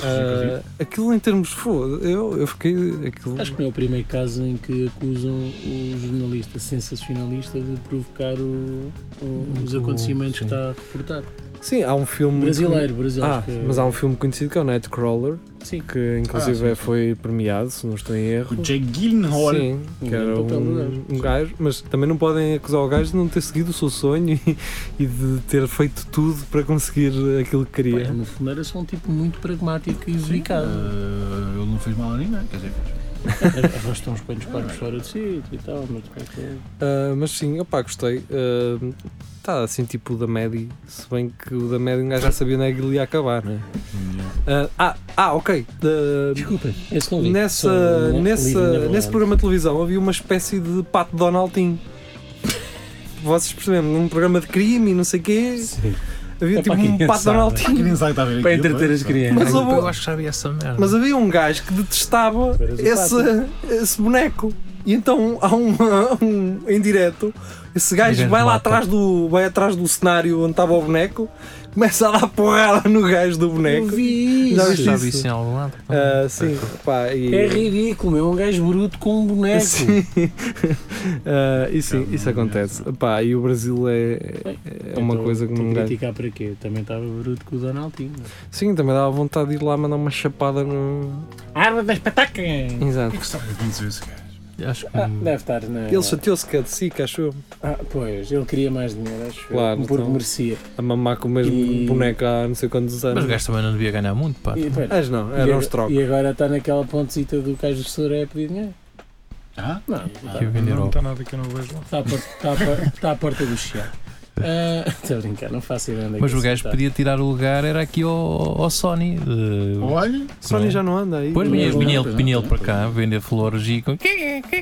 B: Ah, aquilo em termos. Foda, eu, eu fiquei. Aquilo,
C: Acho que não é o primeiro caso em que acusam o jornalista sensacionalista de provocar o- o- os
B: O-
C: acontecimentos que
B: sim.
C: está a reportar.
B: sim, há um filme.
C: Brasileiro, brasileiro.
B: Ah,
C: acho que é-
B: mas há um filme conhecido que é o Nightcrawler,
C: Sim.
B: que inclusive
C: Ah,
B: é- foi premiado, se não estou em erro.
G: O Jack Gyllenhaal.
B: Sim, que era
C: Um papel do
B: um,
C: gajo.
B: um gajo, mas também não podem acusar o gajo de não ter seguido o seu sonho e, e de ter feito tudo para conseguir aquilo que
C: Pá,
B: queria.
C: No fundo era só um tipo muito pragmático e
G: Ah,
C: delicado.
G: ele não fez mal a ninguém, quer dizer,
C: Arrastam os peitos para fora do sítio e tal, mas de é- qualquer coisa.
B: Ah, mas sim, opá, gostei. Está assim tipo o da Medi, se bem que o da Medi um gajo já sabia onde é que ele ia acabar, né? Ah, ah, ah, ok. Ah,
C: Desculpa, esse não vi. Só um
B: nessa,
C: li- li na
B: nessa,
C: verdade.
B: nesse programa de televisão havia uma espécie de pato Donaldinho. Vocês percebem? Num programa de crime e não sei o quê,
C: Sim.
B: havia
C: Epá,
B: tipo
C: que
B: um pato
C: engraçado.
B: Donaldinho.
F: Que nem
G: tá
F: sabe que está a ver
C: Para
F: aquilo,
C: entreter
F: não é?
C: as crianças.
B: Mas houve-
E: eu acho que já vi essa merda.
B: Mas havia um gajo que detestava
C: Tu eras o
B: esse, esse boneco. E então há um, um em direto, esse gajo
E: Direto
B: vai lá
E: mata.
B: atrás do. vai atrás do cenário onde estava o boneco, começa a dar porrada no gajo do boneco.
C: vi
B: é Já
E: já
B: isso.
E: vi isso em algum lado. pá.
B: Ah, sim, pá, e,
C: É ridículo, meu. Um gajo bruto com um boneco.
B: Sim. Ah, e sim, isso acontece. Pá, e o Brasil é, é uma
C: Então,
B: coisa que
C: estou
B: não
C: a
B: gajo.
C: criticar para quê? Também estava bruto com o Donaldinho.
B: Sim, também dava vontade de ir lá mandar uma chapada no.
C: Arma das patacas!
D: é
B: Exato.
G: que sabe aconteceu esse gajo?
E: Acho que.
C: Ah, deve estar na.
B: Ele chateou-se que é de si, que achou?
C: Ah, pois, ele queria mais dinheiro, acho.
B: Claro,
C: Claro. Porque
B: então.
C: merecia.
B: A mamar com o mesmo
C: E-
B: boneco há não sei quantos anos.
E: Mas o gajo também não devia ganhar muito, pá.
C: E, pera,
B: Mas É, não, um
C: e
B: eram
C: agora-
B: uns trocos.
C: E agora está naquela pontecita do Cais do Soré a pedir dinheiro?
G: Ah?
C: Não, está
E: Que eu vender
D: Não
E: ao-
D: está nada que eu não vejo lá.
C: está à, por- está à por- está à porta do chiado. Ah, Estou a brincar, não faço ideia onde é que
E: Mas o
C: isso
E: gajo
C: está.
E: podia tirar o lugar, era aqui ao, ao Sony. de-
G: Olha,
B: Sony
E: não é?
B: já não anda aí.
E: Pois
B: Não.
E: vinha,
G: não,
E: vinha ele,
G: pois
E: vinha
G: não,
E: ele para
G: pois
E: cá, vender flores e. com-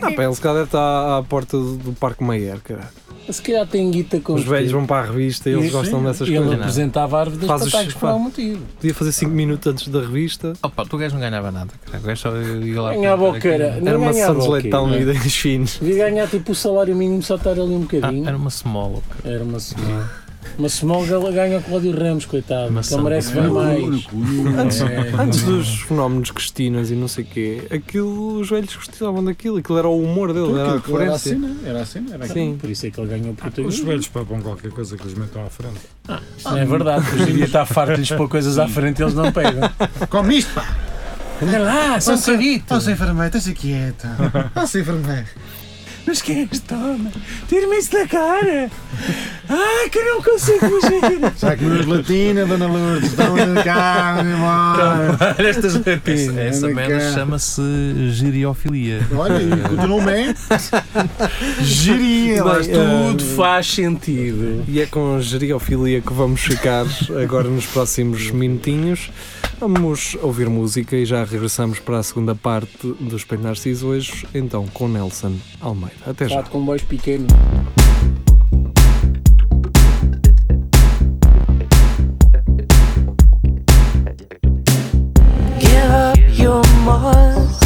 B: Ah, pá, ele se calhar deve estar à porta do, do Parque Mayer, cara.
C: Se calhar tem guita com
B: Os velhos vão para a revista e eles
C: Sim,
B: gostam dessas
C: E ele
B: coisas. é?
C: apresentava a árvore das
B: Faz os-
C: patacas por
B: faz-
C: algum motivo.
B: Podia fazer 5 minutos antes da revista.
E: Opa, tu o gajo não ganhava nada, cara. O gajo só ia lá.
C: Ganhava o que era. Não
B: Era uma
C: ganhava o
B: Santos
C: quê,
B: Leitão
C: não é?
B: e da Chines.
C: Devia ganhar tipo o salário mínimo só estar ali um
E: Ah,
C: bocadinho.
E: era uma small.
C: Era uma small. Uma small gal- ganha o Cláudio Ramos, coitado.
E: Uma
C: que ele
E: small.
C: merece bem
G: no cu,
C: mais.
G: no cu, no-
B: Antes,
C: É.
B: antes dos fenómenos Cristinas e não sei o quê, aquilo, os velhos gostavam daquilo. Aquilo era o humor dele,
C: Então
G: Tudo
B: era a
G: aquilo, Era a
B: referência.
G: cena, era a cena, era aquilo.
B: Sim.
C: Por isso é que ele ganhou o
D: Os
C: protagonismo.
D: velhos papam qualquer coisa que lhes metam à frente.
C: Isto não é verdade. Hoje em dia está farto de lhes pôr coisas à frente e eles não pegam.
G: Come isto, pá!
C: Anda lá, São Cavito!
F: Estás enfermeiro, estás quieto. Estás enfermeiro.
C: Mas quem és, toma? Tira-me isso da cara! Ah, que eu não consigo fugir!
F: Já que meus latina, Dona Lourdes, estão na carne, mano.
C: Estas latinas.
E: Essa, essa
F: Anda
E: merda
F: cá.
E: chama-se giriofilia.
F: Olha, e o teu nome é? Geria.
B: Bem,
C: Mas tudo faz sentido.
B: E é com geriofilia que vamos ficar agora nos próximos minutinhos. Vamos ouvir música e já regressamos para a segunda parte do Espelho Narciso hoje, então com Nelson Almeida. Até já.
C: Fato com bois pequeno.
H: Give up your morals.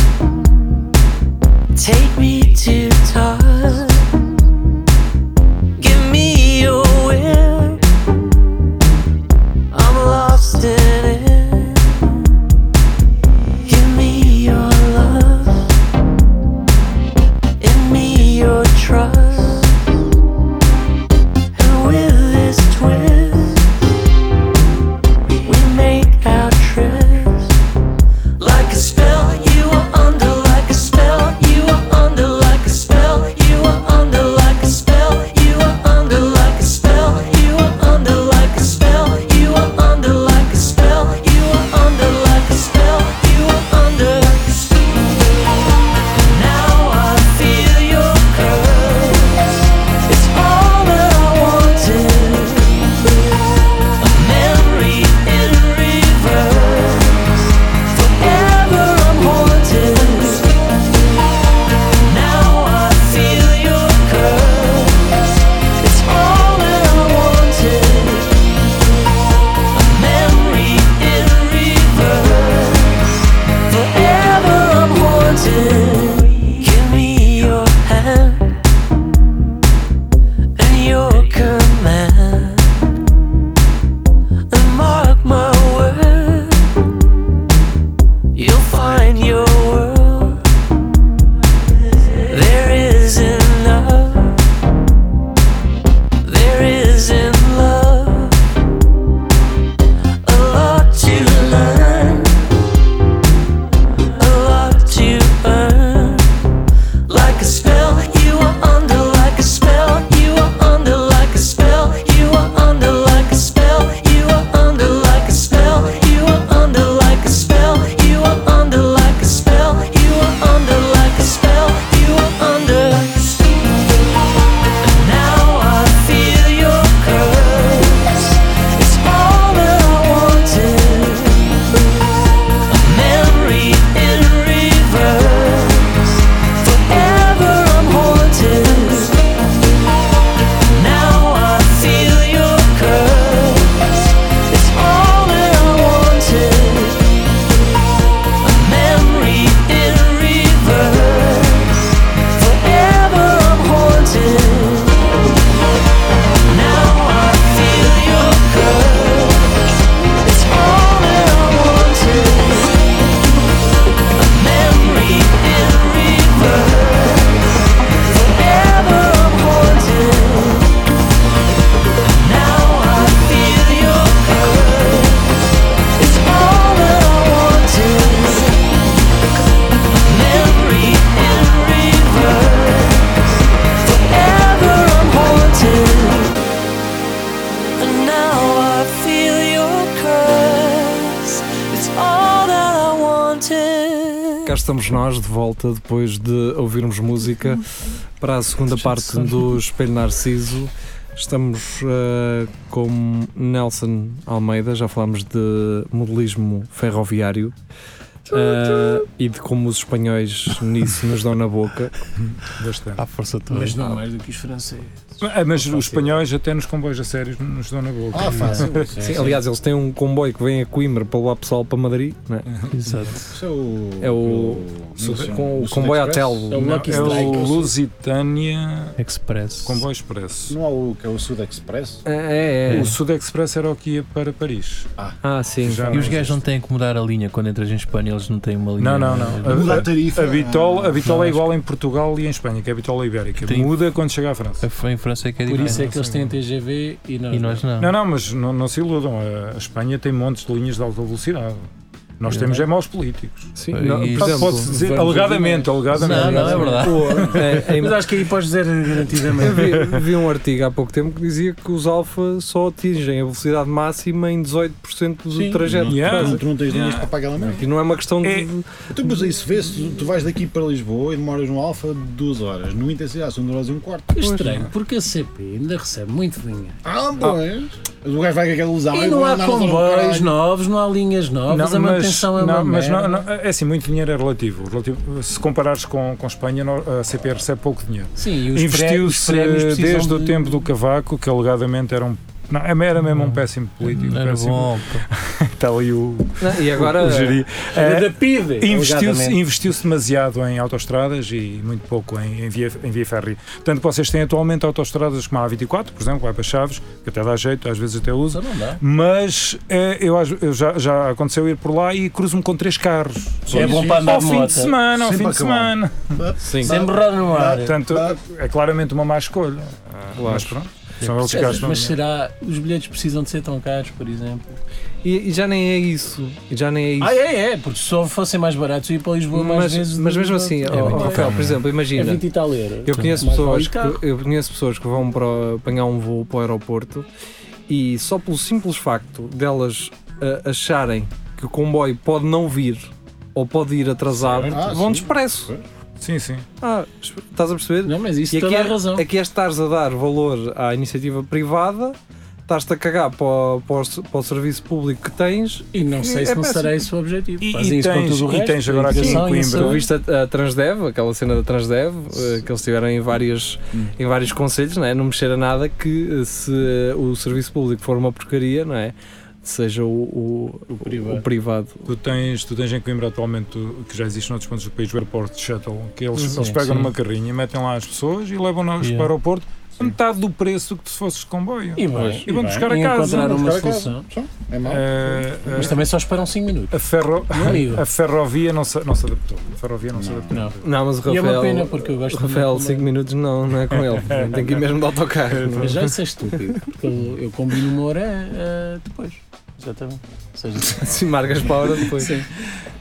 H: Take me to Tarzan. Give me your will. I'm lost in it. Give me your love. In me your trust.
B: estamos nós de volta depois de ouvirmos música para a segunda parte do Espelho Narciso. Estamos eh, com Nelson Almeida, já falámos de modelismo ferroviário eh, e de como os espanhóis nisso nos dão na boca.
D: Bastante.
E: À força toda.
C: Mas não mais do que os franceses.
D: Ah, mas os espanhóis, até nos comboios a sérios, nos dão na boca.
G: Ah, fácil.
B: Sim, aliás, eles têm um comboio que vem a Coimbra para levar pessoal para Madrid, não é?
E: Exato.
G: Isso é o.
B: É o-
G: Sul-
B: com- o
G: no Sul
B: comboio
G: Express?
B: Atel.
C: É o
D: Não,
C: Lucky
D: é
C: Strike.
D: o Lusitânia
E: Express.
D: Comboio Expresso.
G: Não há o que é o Sud Express?
B: É,
D: O Sud Express era o que ia para Paris.
B: Ah, sim.
D: Já
E: E os
D: não
E: gajos não têm que mudar a linha quando entras em Espanha, eles não têm uma
D: Não,
E: linha.
D: não, não.
F: Muda a tarifa.
D: A bitola, a bitola
E: Não,
D: é igual em Portugal e em Espanha, que é a bitola ibérica.
E: Tem-
D: Muda quando chega à França.
E: A- Em França é que é
C: Por
E: diferente.
C: isso é que eles têm TGV e nós.
E: E nós não.
D: Não, não, mas não, não se iludam. A- A Espanha tem montes de linhas de alta velocidade. Nós
E: É.
D: temos é maus políticos.
B: Sim,
E: Por
B: não, por
E: exemplo,
D: Pode-se dizer,
B: vamos-
D: alegadamente, alegadamente.
E: Não, não, é verdade.
B: Pô, é- é-
C: Mas acho que aí podes dizer eh,
B: Eu
C: garantidamente.
B: vi, vi um artigo há pouco tempo que dizia que os alfa só atingem a velocidade máxima em 18% do
G: Sim.
B: trajeto.
D: Não.
B: que
D: Yeah.
B: fazem.
G: Tu não tens linhas
D: Ah.
G: para pagar lá mesmo.
B: E não é uma questão de.
D: É.
G: Tu, mas isso vê-se, tu, tu vais daqui para Lisboa e demoras no Alfa duas horas. No Intensidade são duas horas e um quarto.
C: É Estranho, porque a CP ainda recebe muito dinheiro.
G: Ah, pois. O gajo vai com aquela ilusão.
C: E
G: "Ai,
C: Ah, não
G: vou
C: há
G: andar no
C: comboios
G: caralho."
C: novos, não há linhas novas, a
D: mas-
C: manutenção é uma
D: não, mas não,
C: merda.
D: não, é assim, muito dinheiro é relativo. relativo. Se comparares com, com Espanha, no- a CP recebe pouco dinheiro.
C: Sim, e os prémios- os um
D: Investiu-se
C: prémios precisam
D: desde o
C: de-
D: tempo do Cavaco, que alegadamente era um. Não, era mesmo um péssimo político.
E: Hum. Não era
D: péssimo.
E: bom.
D: Está ali o,
B: Não, e agora.
D: o geri.
C: Era
D: É,
C: da PIDE.
D: Investiu-se
C: alegadamente.
D: investiu demasiado em autostradas e muito pouco em, em via, em via ferry. Portanto, vocês têm atualmente autostradas como a A24, por exemplo, que vai para Chaves, que até dá jeito, às vezes até uso.
C: Só não dá.
D: Mas eh, eu, às- eu já, já aconteceu ir por lá e cruzo-me com três carros.
C: É bom para andar
D: Ao
C: de
D: fim
C: moto.
D: de semana, ao
F: Sempre
D: fim de
F: acabado.
D: semana.
B: Sim.
C: Sem borrar no ar.
D: Portanto, é claramente uma má escolha. Ah, Mas pronto, são eles que
C: Mas,
D: gastam.
C: mas
D: dinheiro.
C: será os bilhetes precisam de ser tão caros, por exemplo?
B: E, e já nem é isso. E Já nem é isso.
C: Ah, é, é, porque se só fossem mais baratos, eu ia para Lisboa mais
B: mas,
C: vezes.
B: mas
C: do-
B: mesmo
C: do-
B: assim,
C: é,
B: ó,
E: muito
B: ó,
E: caro,
B: Rafael,
E: não
B: por
E: é?
B: exemplo,
C: é
B: imagina.
C: 20 e tal euros.
B: Eu conheço,
C: Mas vale
B: pessoas
C: carro.
B: que, eu conheço pessoas que vão para apanhar um voo para o aeroporto e só pelo simples facto delas ah, acharem que o comboio pode não vir ou pode ir atrasado,
G: Ah,
B: vão de
G: sim.
B: expresso.
D: Sim, sim.
B: Ah, estás a perceber?
C: Não, mas isso
B: E aqui
C: toda
B: é,
C: a razão.
B: aqui é estares a dar valor à iniciativa privada, estás-te a cagar para o, para o se- para o serviço público que tens.
C: E não sei
B: é
C: se não
B: péssimo.
C: será esse o objetivo.
D: E- e
C: Fazem isso com
D: tens-
C: tudo o
D: e
C: resto,
D: tens agora aqui em
C: educação,
D: Coimbra.
B: Tu
C: saúde.
B: viste a, a Transdev, aquela cena da Transdev, eh, que eles tiveram em, várias, em vários conselhos, não, é? não mexer a nada que eh, se eh, o serviço público for uma porcaria, não é? Seja o, o, o privado.
D: Tu tens, tu tens em Coimbra atualmente, tu- que já existe noutros pontos do país, o aeroporto de shuttle, que eles,
E: Sim,
D: eles pegam
E: sim.
D: numa carrinha, metem lá as pessoas e levam-nas
E: Yeah.
D: para o aeroporto a metade do preço do que se fosses de comboio.
C: E bem,
D: E vão buscar a
C: e
D: casa.
C: encontraram uma
G: Buscar a casa.
C: solução.
G: É mau.
D: Eh, eh,
C: Mas também só esperam 5 minutos.
D: a, ferro,
C: Não ligo.
D: a ferrovia não se, não se adaptou. A ferrovia não, se adaptou.
C: Não.
B: Não, mas o
C: E é
B: Rafael.
C: uma pena porque eu gosto
B: Rafael,
C: muito
B: 5 minutos não, não é com ele. Tem que ir mesmo de autocarro. não é?
C: Mas já isso é estúpido, porque eu, eu combino uma hora eh, depois. Exatamente. Ou seja,
B: Se marcas para a hora depois.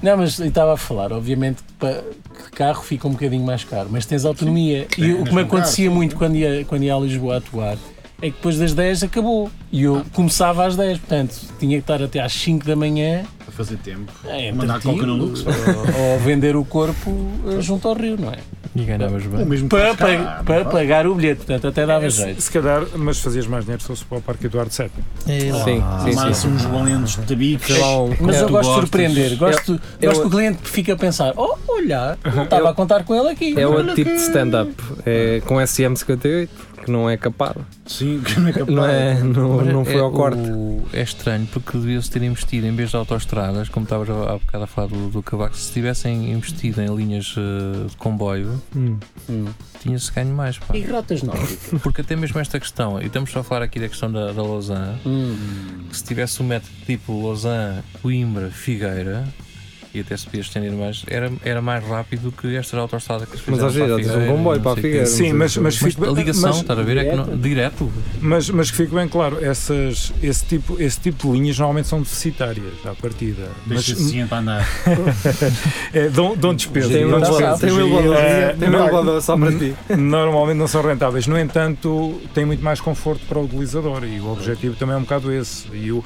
C: não, mas eu estava a falar, obviamente que pa- que carro fica um bocadinho mais caro, mas tens autonomia. e o que me acontecia muito quando ia, quando ia a Lisboa atuar é que depois das 10 acabou. E
G: Ah.
C: eu começava às 10, portanto tinha que estar até às 5 da manhã
G: Para fazer tempo.
C: a
G: Mandar um
C: entreter-me,
G: coca no Lux.
C: ou, ou vender o corpo eh, junto ao rio, não é?
E: E ganhavas
G: O
E: bem.
G: mesmo
C: Para,
G: faz cá,
C: pa-
G: não é?
C: para
G: faz?
C: pagar o bilhete, portanto até dava
D: Se,
C: jeito.
D: se calhar, mas fazias mais dinheiro se fosse para o Parque Eduardo VII.
E: É
B: Sim, sim,
E: lá.
B: sim.
G: Amar-se Ah, uns bolentos de tabiques.
B: Sei lá, um-
C: Ah, Mas
B: é,
C: eu gosto de
E: tu gostas.
C: surpreender, gosto,
B: eu- Uhum.
C: gosto que o cliente fica a pensar: oh, olha, não estava
B: Eu-
C: a contar com ele aqui.
B: é outro tipo de stand-up. É com SM58, que não é capado.
G: Sim, que não é capaz.
B: Não, é, não,
E: Mas
B: não
E: é-
B: foi ao
E: é
B: corte.
E: o- é estranho porque devia-se ter investido em vez de autoestradas, como estavas há há bocado a falar do, do Cavaco, se tivessem investido em linhas eh, de comboio,
B: Hum.
E: tinha-se ganho mais. Pá.
C: E rotas nórdicas.
E: Porque até mesmo esta questão, e estamos só a falar aqui da questão da, da Lausanne,
C: Hum.
E: que se tivesse um método tipo Lausanne, Coimbra, Figueira, e até se podia estender mais, era, era mais rápido que estas autoestradas que se
B: Mas às vezes já tens um comboio para a Figueira.
D: Sim, mas, mas, fico-
E: a ligação,
D: mas-
E: estás a ver? É que não, direto.
D: Mas, mas que fique bem claro, essas, esse, tipo, esse tipo de linhas normalmente são deficitárias à partida. Mas
G: Deixa-se assim para andar.
D: é, dão, dão despesa.
B: Tem um
D: dão despesa. É,
B: elevador- tem um elevador- tem um elevador só para ti.
D: normalmente não são rentáveis. No entanto, tem muito mais conforto para o utilizador e o objetivo também é um bocado esse. E o,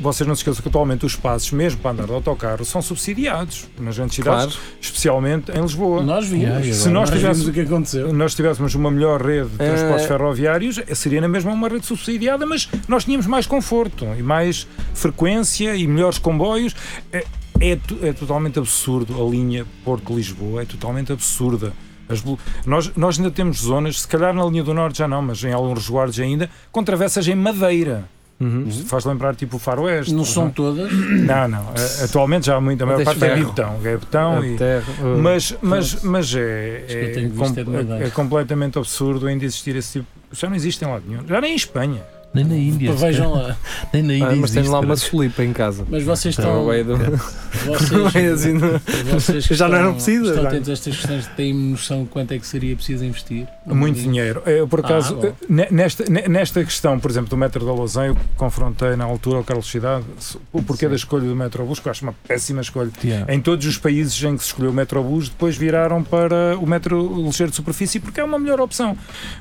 D: vocês não se esqueçam que atualmente os passos, mesmo para andar de autocarro, são subsidiados nas grandes
B: Claro.
D: cidades, especialmente em Lisboa.
C: Nós vimos.
E: Yeah, yeah,
D: Se nós tivéssemos-
C: vimos o que aconteceu. Eh,
D: nós tivéssemos uma melhor rede de
B: É.
D: transportes ferroviários, seria na mesma uma rede subsidiada, mas nós tínhamos mais conforto e mais frequência e melhores comboios. É, é to- é totalmente absurdo a linha Porto-Lisboa, é totalmente absurda. As blo- nós, nós ainda temos zonas, se calhar na linha do Norte já não, mas em alguns guardas ainda, com travessas em madeira.
C: Uhum.
D: Faz lembrar tipo o faroeste.
C: Não
B: Uhum.
C: são todas.
D: Não, não. A- Atualmente já há muito, a maior
B: Deixa
D: parte é
B: ferro.
D: betão. É betão e,
B: Até, uh,
D: mas, mas, mas é,
C: Ah, que eu
D: é,
C: tenho visto
D: com-
C: é de madeira.
D: é completamente absurdo ainda existir esse tipo. Já não existe em lado nenhum. Já nem em Espanha.
E: Nem na Índia.
C: Vejam lá.
E: Nem na Índia.
B: ah, mas tenho
E: existe,
B: lá uma
E: cara.
B: solipa em casa.
C: Mas vocês estão.
B: Então, é do- é
C: Vocês,
B: assim, não-
C: vocês que
B: Já não
C: estão-
B: era preciso,
C: Estão
B: já.
C: atentos a estas questões. Têm noção de quanto é que seria preciso investir?
D: Muito dinheiro. É, Eu,
C: Ah,
D: por acaso,
C: bom.
D: ne- nesta, ne- nesta questão, por exemplo, do metro da Lousã, eu confrontei na altura o Carlos Cidade se- o porquê da escolha do metrobus, que eu acho uma péssima escolha.
E: Yeah.
D: Em todos os países em que se escolheu o metrobus, depois viraram para o metro ligeiro de superfície, porque é uma melhor opção.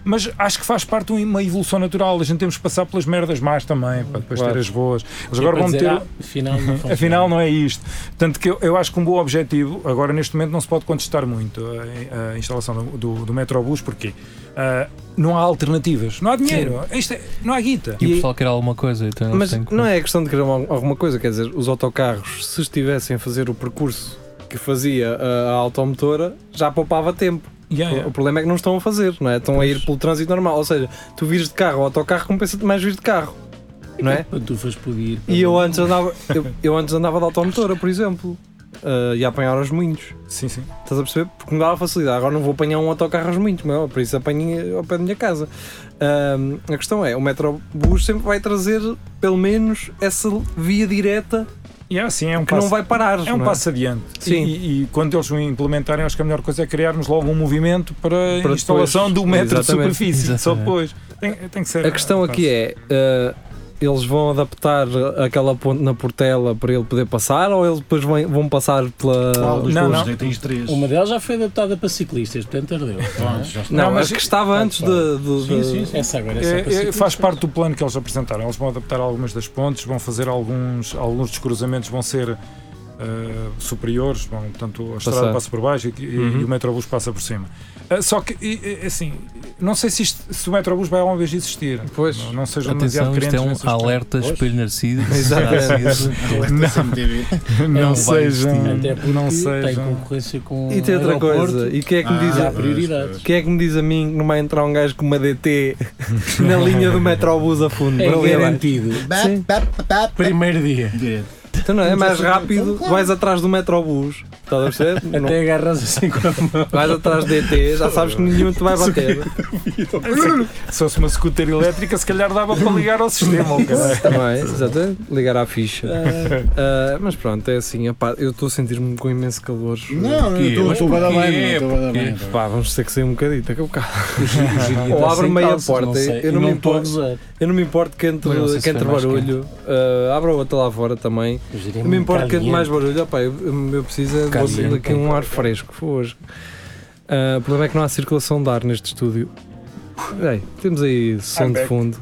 D: Mas acho que faz parte de uma evolução natural. A gente temos que passar pelas merdas más também, para depois
B: Claro.
D: ter as boas. Eles
C: Agora
D: agora vão
C: dizer,
D: ter.
C: ah, afinal, não funciona.
D: Afinal, não é isto. Tanto que eu, eu acho que um bom objetivo, agora neste momento, não se pode contestar muito a, a instalação do, do, do Metrobus, porque ah, não há alternativas, não há dinheiro, isto é- não há guita.
E: E o
B: E-
E: pessoal quer alguma coisa, então eles
B: Mas
E: têm que-
B: não é questão de querer al- alguma coisa, quer dizer, os autocarros, se estivessem a fazer o percurso que fazia a, a automotora, já poupava tempo.
D: Yeah,
B: O
D: yeah.
B: problema é que não estão a fazer, não é? Estão a ir pelo trânsito normal. Ou seja, tu vires de carro ao autocarro, compensa-te mais vir de carro, não é?
C: Pantufas podia ir.
B: E eu antes andava, eu, eu antes andava de automotora, por exemplo, ah, e a apanhar aos moinhos.
D: Sim, sim.
B: Estás a perceber? Porque me dava facilidade. Agora não vou apanhar um autocarro aos moinhos, meu, por isso apanho ao pé da minha casa. Ahm, a questão é, o metrobus sempre vai trazer, pelo menos, essa via direta
D: Yeah, sim, é um
B: que
D: passo.
B: não vai parar.
D: É um
B: não
D: passo adiante.
B: Sim.
D: E, e quando eles o implementarem, acho que a melhor coisa é criarmos logo um movimento para,
B: Para
D: a instalação
B: depois.
D: do metro
B: Exatamente.
D: de superfície. Só
E: Exatamente.
D: depois. Tem, tem que ser.
B: A questão aqui é, ah, eles vão adaptar aquela ponte na Portela para ele poder passar ou eles depois vão, vão passar
G: Qual
B: pela...
G: dos
D: não,
G: dois?
D: não.
G: Aí Tens três.
C: Uma delas já foi adaptada para ciclistas, portanto ardeu.
G: Pronto, já está.
B: Não,
D: Não,
B: mas
D: mas-
B: que estava antes de... de-
C: Sim,
B: de-
C: sim, sim. Essa agora é só para
D: É, é,
C: ciclistas.
D: faz parte do plano que eles apresentaram. Eles vão adaptar algumas das pontes, vão fazer alguns, alguns dos cruzamentos vão ser eh, superiores, vão, portanto, a estrada
B: Passar.
D: passa por baixo e, e-
B: Uhum.
D: e o metrobus passa por cima. Eh, só que, e- e- assim, não sei se, isto- se o metrobus vai alguma vez existir.
B: Pois.
D: Não, não sejam demasiado
E: Atenção, isto é
D: crentes.
E: um
D: nessas
E: alerta espelho narciso.
B: Exatamente.
G: Alerta CMTV.
D: coisas.
E: é um
D: não
E: vai
D: sejam.
C: Até porque
D: Não
C: tem
D: sejam.
C: concorrência com
B: E tem outra
C: aeroporto,
B: coisa, e quem é que me diz...
C: dá
G: Ah,
B: a-
C: prioridades.
B: Quem é que me diz a mim que não vai entrar um gajo com uma DT na linha do metrobus a fundo?
C: É
B: Para ali abaixo?
C: garantido.
B: Sim.
C: Primeiro dia.
G: Direito.
B: Então não é mais rápido, vais atrás do metrobus. Estás a perceber? Não-
C: Até agarras assim com a mão.
B: Vais atrás de DT, já sabes que nenhum te vai bater.
D: Se fosse uma scooter elétrica, se calhar dava para ligar ao sistema. ao caralho.
B: Também, é? exatamente. Ligar à ficha.
E: É.
B: Ah, mas pronto, é assim. opá, eu estou a sentir-me com imenso calor.
G: Não, não, eu estou bada bem, não, estou bada bem.
B: Pá, vamos ter que sair um bocadinho. Daqui a bocado.
C: Ou
B: Ou abre meia porta.
C: assim Não sei.
B: eu, não
C: E
B: me
C: não estou a
B: importo,
C: gozar.
B: eu não me importo que entre,
E: Mas não sei se
B: que entre
E: foi mais
B: barulho. Ah, abra outra lá fora também. Não me importo
C: é
B: que entre mais barulho. Opá, eu, eu- eu preciso é de
E: Caliente.
B: daqui um ar fresco. Fogo. Ah, o problema é que não há circulação de ar neste estúdio. Ei, temos aí som de fundo.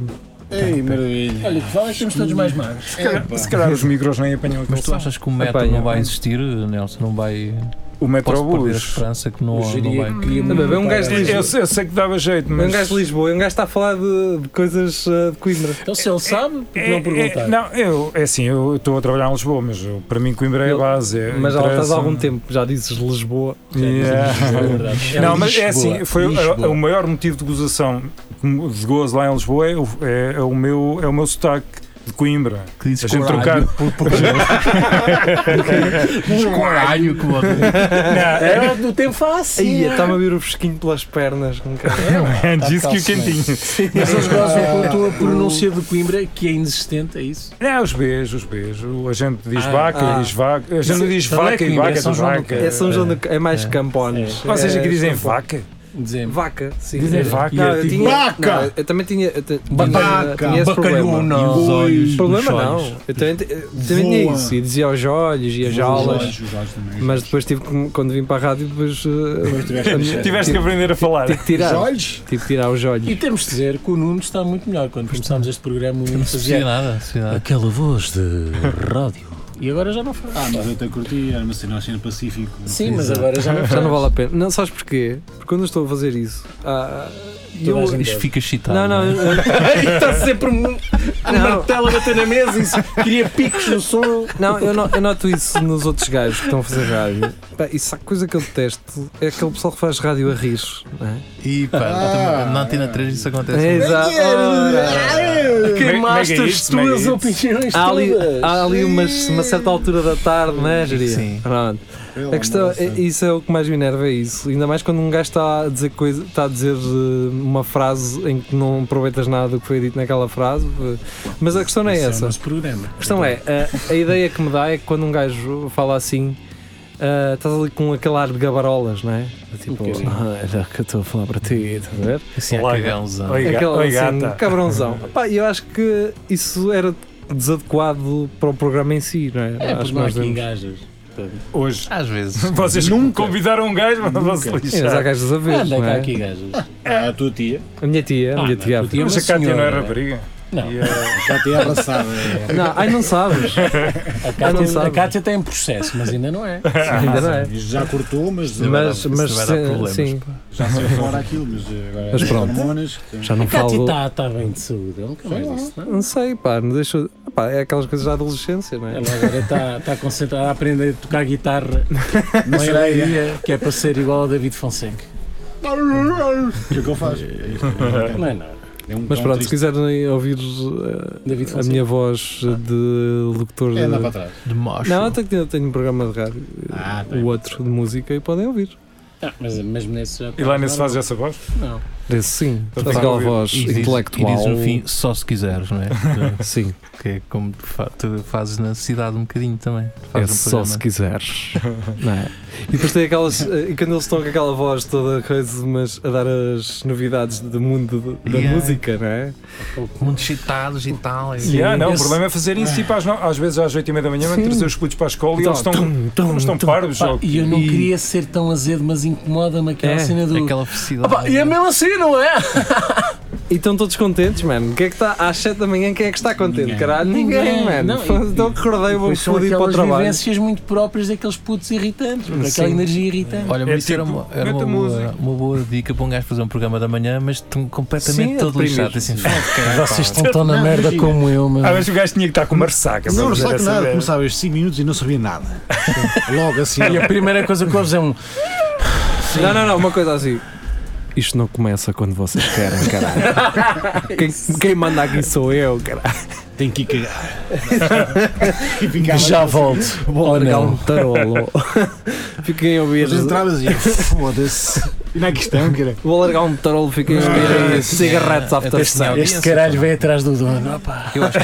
G: Ei, maravilha.
C: Olha, o que vale é que temos todos mais magros.
D: Se calhar- Se calhar os micros nem apanham aquele
E: Mas tu
D: som.
E: achas que o metro
B: Apanha.
E: não vai existir, Nelson? Não vai.
D: O
E: Posso perder a
D: metrobus.
E: esperança que não,
C: Eu
E: não
C: diria
E: vai.
C: que ia
B: Também
C: muito
B: é um gajo
C: para-
B: de
D: Eu, eu sei que dava jeito,
B: É
D: mas.
B: um gajo de Lisboa, é um gajo que está a falar de, de coisas ah, de Coimbra.
C: Então se ele sabe, porque é, não perguntar?
D: É, não, eu, é assim, eu estou a trabalhar em Lisboa, mas eu- para mim Coimbra é a
B: Eu-
D: base. é-
B: Mas já lá estás há
D: interessa-
B: algum tempo, já dizes Lisboa.
D: Yeah.
C: É verdade.
D: Não, mas é assim, foi
E: Lisboa.
D: o- o maior motivo de gozação, de gozo lá em Lisboa é o, é, é o, meu, é o meu sotaque de Coimbra.
E: Que
D: A
E: dizes
D: gente trocar.
E: coralho que o outro.
D: é,
E: Tá
C: Era do tempo fácil.
B: Aí, está-me a vir o fresquinho pelas pernas. Não quero.
D: é, Disse que o
C: calço,
D: quentinho.
C: Mas eles gozam com a tua pronúncia de Coimbra, que é inexistente, é isso?
D: Não, os beijos, os beijos. A gente diz
C: Ah,
D: vaca,
B: ah.
D: diz vaca. A gente não diz
C: Também é
D: vaca e
C: Coimbra, é
D: vaca,
C: São
D: diz
C: João do
D: vaca.
B: É São João do, é mais campones.
D: Vocês
B: É
D: aqui dizem
B: São Paulo.
D: vaca?
C: Dizemos.
B: Vaca, sim.
C: Dizem vaca.
B: Não, eu tinha-
G: Vaca!
B: não, eu também tinha. Eu te- tinha,
G: Babaca!
B: tinha esse problema.
C: Bacalhona.
E: E os olhos.
B: Problema
E: dos
B: não.
E: olhos.
B: Eu também, eu também tinha
G: Voa.
B: isso. E dizia aos olhos e as aulas.
G: Os olhos também.
B: Mas depois tive que, quando vim para a rádio, depois. eh,
G: tiveste-
B: a minha-
D: Tiveste que
B: tive,
D: aprender a falar.
B: tive que tirar.
G: Os olhos?
B: Tive que tirar os
C: E
B: olhos.
C: temos de dizer que o Nuno está muito melhor. Quando começámos este programa, o Nuno
E: Não
C: fazia
E: percebi nada, não percebi nada.
C: aquela voz de rádio. E agora já não faz.
G: Ah, mas eu até curti, era uma cena assim no Pacífico.
C: Sim, mas agora já não faz.
B: Já não vale a pena. Não, sabes porquê? Porque quando eu estou a fazer isso. ah, eu,
C: a gente-
E: Isto fica excitado.
B: não, não.
E: é?
B: eu-
C: Está sempre um- a
B: Não.
C: martela a bater na mesa e se queria picos no som.
B: Não, eu, no- eu noto isso nos outros gajos que estão a fazer rádio. Pá, isso a coisa que eu detesto é aquele pessoal que faz rádio a rir. Não é?
E: E pá,
G: Ah,
E: na Antena 3 isso acontece.
B: É, exato. Ora.
D: Queimaste
C: Queimaste
D: Mega
C: as
D: hits, mega
C: tuas
D: hits.
C: opiniões
B: Há ali,
C: todas.
B: há ali umas- uma certa altura da tarde, não é, Jeria?
E: Sim.
B: Pronto. A questão, é- isso é o que mais me enerva, é isso. Ainda mais quando um gajo está a dizer, coisa, está a dizer eh, uma frase em que não aproveitas nada do que foi dito naquela frase. Mas a questão não é
C: Esse
B: essa.
C: o nosso programa.
B: A questão é, a, a ideia que me dá é que quando um gajo fala assim, ah, estás ali com aquele ar de gabarolas, não é? Tipo,
C: bocadinho.
B: ah, era o que eu estou a falar para ti, estás a ver?
E: Assim, a
D: Olá,
E: cagãozão.
D: Oi, ga-
B: Aquela
D: oi,
B: assim,
D: gata.
B: cabrãozão. Pá, eu acho que isso era desadequado para o programa em si, não é?
C: É,
B: acho
C: porque
B: que
C: não há
B: nós
C: aqui
B: devemos-
C: engajas.
D: Hoje.
E: Às vezes.
D: Vocês nunca convidaram um gajo, mas vão se
B: Sim, mas há
D: lixar.
B: gajos a ver,
C: Anda
B: não
C: cá
B: é?
C: aqui gajas.
G: É a tua tia.
B: A minha tia, a minha
C: não,
B: tia.
C: tu tinha
D: Mas
C: uma
D: a Cátia não
C: senhora.
D: era rapariga.
C: Não,
D: E, eh,
G: Já te é abraçada.
B: Não, ai, não sabes.
C: a
B: Ah, não
C: Cátia,
B: sabe.
C: a Cátia tem processo, mas ainda não é.
B: Ainda não é.
G: Já cortou, mas,
B: Mas,
E: isso
B: mas
E: vai dar
B: sim,
E: problemas,
B: sim,
G: já saiu fora aquilo. Mas agora
B: Mas
G: é
B: pronto.
G: hormonas.
B: já não
C: A Cátia
B: falo.
C: está tá bem de saúde. Ela nunca mais disse, não?
B: tipo,
C: é?
B: Não sei, pá, não deixa. Pá, é aquelas coisas da adolescência, não é?
C: Ela agora está tá concentrada a aprender a tocar guitarra
G: Não
C: na
G: será aí,
C: alegria, que é para ser igual a David Fonseca.
G: O que é que eu faço?
C: Não é nada.
G: É um
B: Mas
G: tom
B: pronto, se
G: triste.
B: quiserem ouvir
C: David
B: eh, a
C: Fonseca.
B: minha voz eh, de locutor
G: É, dá para
B: de.
G: trás.
E: De mocho.
B: Não, eu tenho, eu tenho um programa de rádio, eh,
G: Ah,
B: o outro de música, e podem ouvir.
C: Ah, tá. mas mesmo nesse já tá
D: e lá nesse
C: nada.
D: faz essa voz?
C: Não.
B: Desse Eh, sim,
C: Então,
B: faz
D: Eu tenho
C: um
B: aquela
D: ouvido.
B: voz
E: E diz-
B: intelectual.
E: E diz no fim, só se quiseres, não é?
B: Sim,
E: que é como tu, fa- tu fazes na cidade um bocadinho também.
B: é
E: Fazes um
B: só se
E: programa.
B: quiseres. não é? E depois tem aquelas. eh, E quando eles estão com aquela voz toda coisa, mas a dar as novidades do mundo de- da
E: Yeah.
B: música, não é?
E: Muito excitados e tal. e-
D: Yeah, não, o
C: Esse-
D: problema é fazer isso tipo às, no- às vezes às 8 e meia da manhã, vão
B: Sim.
D: trazer os putos para a escola e
B: Então,
D: eles estão,
B: tum, tum,
D: eles estão
B: tum.
D: parvos.
C: Pá,
D: ou-
C: Ah, e eu não queria ser tão azedo, mas incomoda-me aquela
B: É,
C: cena do.
E: Aquela
C: Ah,
E: felicidade.
C: pá, e é mesmo assim, não é?
B: E estão todos contentes, mano. Quem é que está às 7 da manhã? Quem é que está contente?
G: Ninguém.
B: Caralho, ninguém,
C: Ninguém.
B: mano.
C: Não,
B: Foda-se,
C: e-
B: Então acordei, vou
C: Pois são
B: foder para o
C: aquelas
B: trabalho.
C: vivências muito próprias daqueles putos irritantes, daquela
B: Sim.
C: energia irritante.
E: Olha, mas
D: É
E: isso era,
D: tipo,
E: uma, era uma,
D: mete a
E: boa,
D: música.
E: uma boa dica para um gajo fazer um programa da manhã, mas tu completamente
B: Sim, é
E: todo
B: deprimir.
E: lixado. Assim, "Foda-se, caralho,
C: Vocês
E: pá."
C: estão tão na
G: Não,
C: merda
G: imagina.
C: como eu, meu.
D: Às vezes Ah, o gajo tinha que estar com uma ressaca.
G: Não,
D: para
G: não
D: fazer
G: sabe
D: essa
G: nada.
D: ideia.
G: Começavas 5 minutos e não sabia nada. Logo assim.
C: E a primeira coisa que ouves é um.
B: Não, não, não, uma coisa assim. Isto não começa quando vocês querem, caralho. quem, quem manda aqui sou eu, caralho.
G: Tem que ir cagar. E ficava-
C: Já volto.
B: Vou
C: Oh,
B: largar
C: não.
B: um tarolo. Fiquem a ouvir.
G: As entradas e foda-se. E na questão, cara.
B: Vou largar um tarolo, fiquem a ouvir cigarretes after
E: Até se não.
B: sex.
C: Este caralho vem atrás do dono. Opa,
E: Eu acho,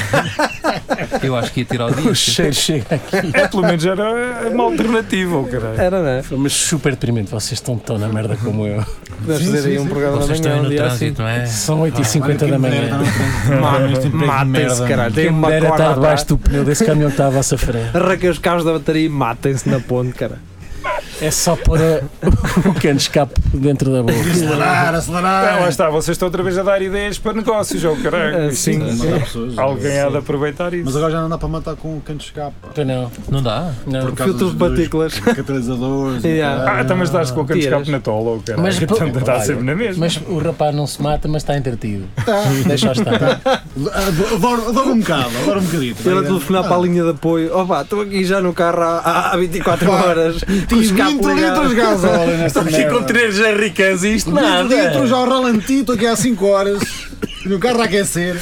E: que- eu acho que ia tirar o
C: o
E: disco.
C: cheiro chega aqui.
D: É, pelo menos era uma alternativa, oh, caralho.
B: Era, não é?
C: Mas super deprimente, vocês estão tão na merda como eu.
B: Podemos fazer aí um programa
E: Vocês
B: da
E: estão aí
B: manhã, um
E: no
B: dia assim.
E: trânsito, não é?
C: São 8h50
G: É.
C: da manhã.
B: Matem-se, caralho. Tem
C: né?" Quem me
B: uma
C: dera
B: corda
C: estar
B: atrás.
C: debaixo do pneu desse caminhão que está à vossa frente.
B: Arranquem os carros da bateria e matem-se na ponte, cara.
C: É só pôr a- o cano de escape dentro da boca.
G: Acelerar,
D: Ah, lá
G: acelerar.
D: está, vocês estão outra vez a dar ideias para negócios, ou caralho.
B: Ah, sim.
D: Isto-
G: Matar pessoas.
D: Alguém há de aproveitar
G: Mas
D: isso.
G: agora já não dá para matar com o canto de escape. pá.
C: Pois Então Não,
E: Não dá?
C: não.
G: Por causa
B: filtro de
G: dos- dos
B: partículas.
G: Catalisadores. e
B: Yeah.
G: caralho.
D: Ah, também estás com o canto de escape na tola, oh, caralho.
C: Mas-
D: Portanto, está
C: Olha,
D: sempre na mesma.
C: Mas o rapaz não se mata, mas está entretido. Deixa estar.
G: Adoro- Adoro adoro um bocado, adoro um bocadito.
B: Ele a telefonar para a linha de apoio. Oh, pá, estou aqui já no carro há, há 24
G: Pá,
B: horas. com o
G: Tive
B: escape
G: 20
B: ligado.
G: litros de gasóleo nesta merda.
C: 3 jerrycans e isto
G: 20 litros ao ralenti, estou aqui há 5 horas, no carro a aquecer.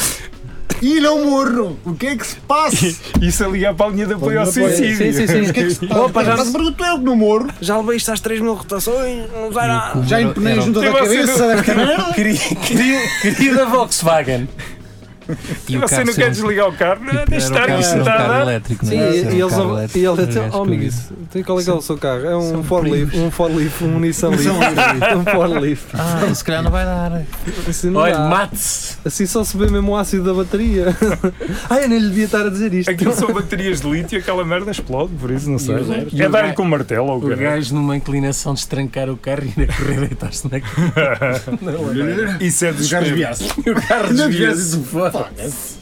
G: E não morro! O que é que se passa?
D: Isso a ligar para a linha de apoio ao
G: Sim,
B: Sim,
D: suicídio.
B: sim, sim. sim.
G: O que é que se passa?
B: Opa, já,
G: Mas pergunto eu que não morro.
B: já levei isto às 3 mil rotações, não sai nada.
G: Já empenei junto da
D: Eu vou ser
G: cabeça desta merda.
C: Querida Volkswagen.
E: E o
D: Você
E: carro
D: não
E: ser
D: quer
E: um-
D: desligar o carro? Não,
E: Tipo,
D: Deixa
E: era
D: estar
E: um
D: aí
E: carro- era um carro
D: sentada.
E: elétrico, não
B: Sim,
E: é?
B: e
E: Era um
B: eles,
E: carro
B: e
E: elétrico,
B: ele
E: era
B: até, oh,
E: um gajo que-
B: amigo, isso, tem qual é que é o seu carro? É um
E: São é
B: Ford Leaf, um Ford Leaf, um Nissan Leaf, um Ford Leaf.
E: Ah, se calhar não vai dar.
B: Assim não
C: Olha,
B: dá.
C: mate-se.
B: Assim só se vê mesmo o ácido da bateria. Ai, eu nem lhe devia estar a dizer isto.
D: Aquilo são baterias de lítio, aquela merda explode, por isso não sei.
C: o gajo-
D: É dar-lhe com um martelo ou o
C: O
D: caralho.
C: gajo numa inclinação de estrancar o carro e na correr deitar-se na
D: Isso é
G: Os caras
D: desespero.
G: viassem.
C: E o carro
G: Não
C: desvia-se.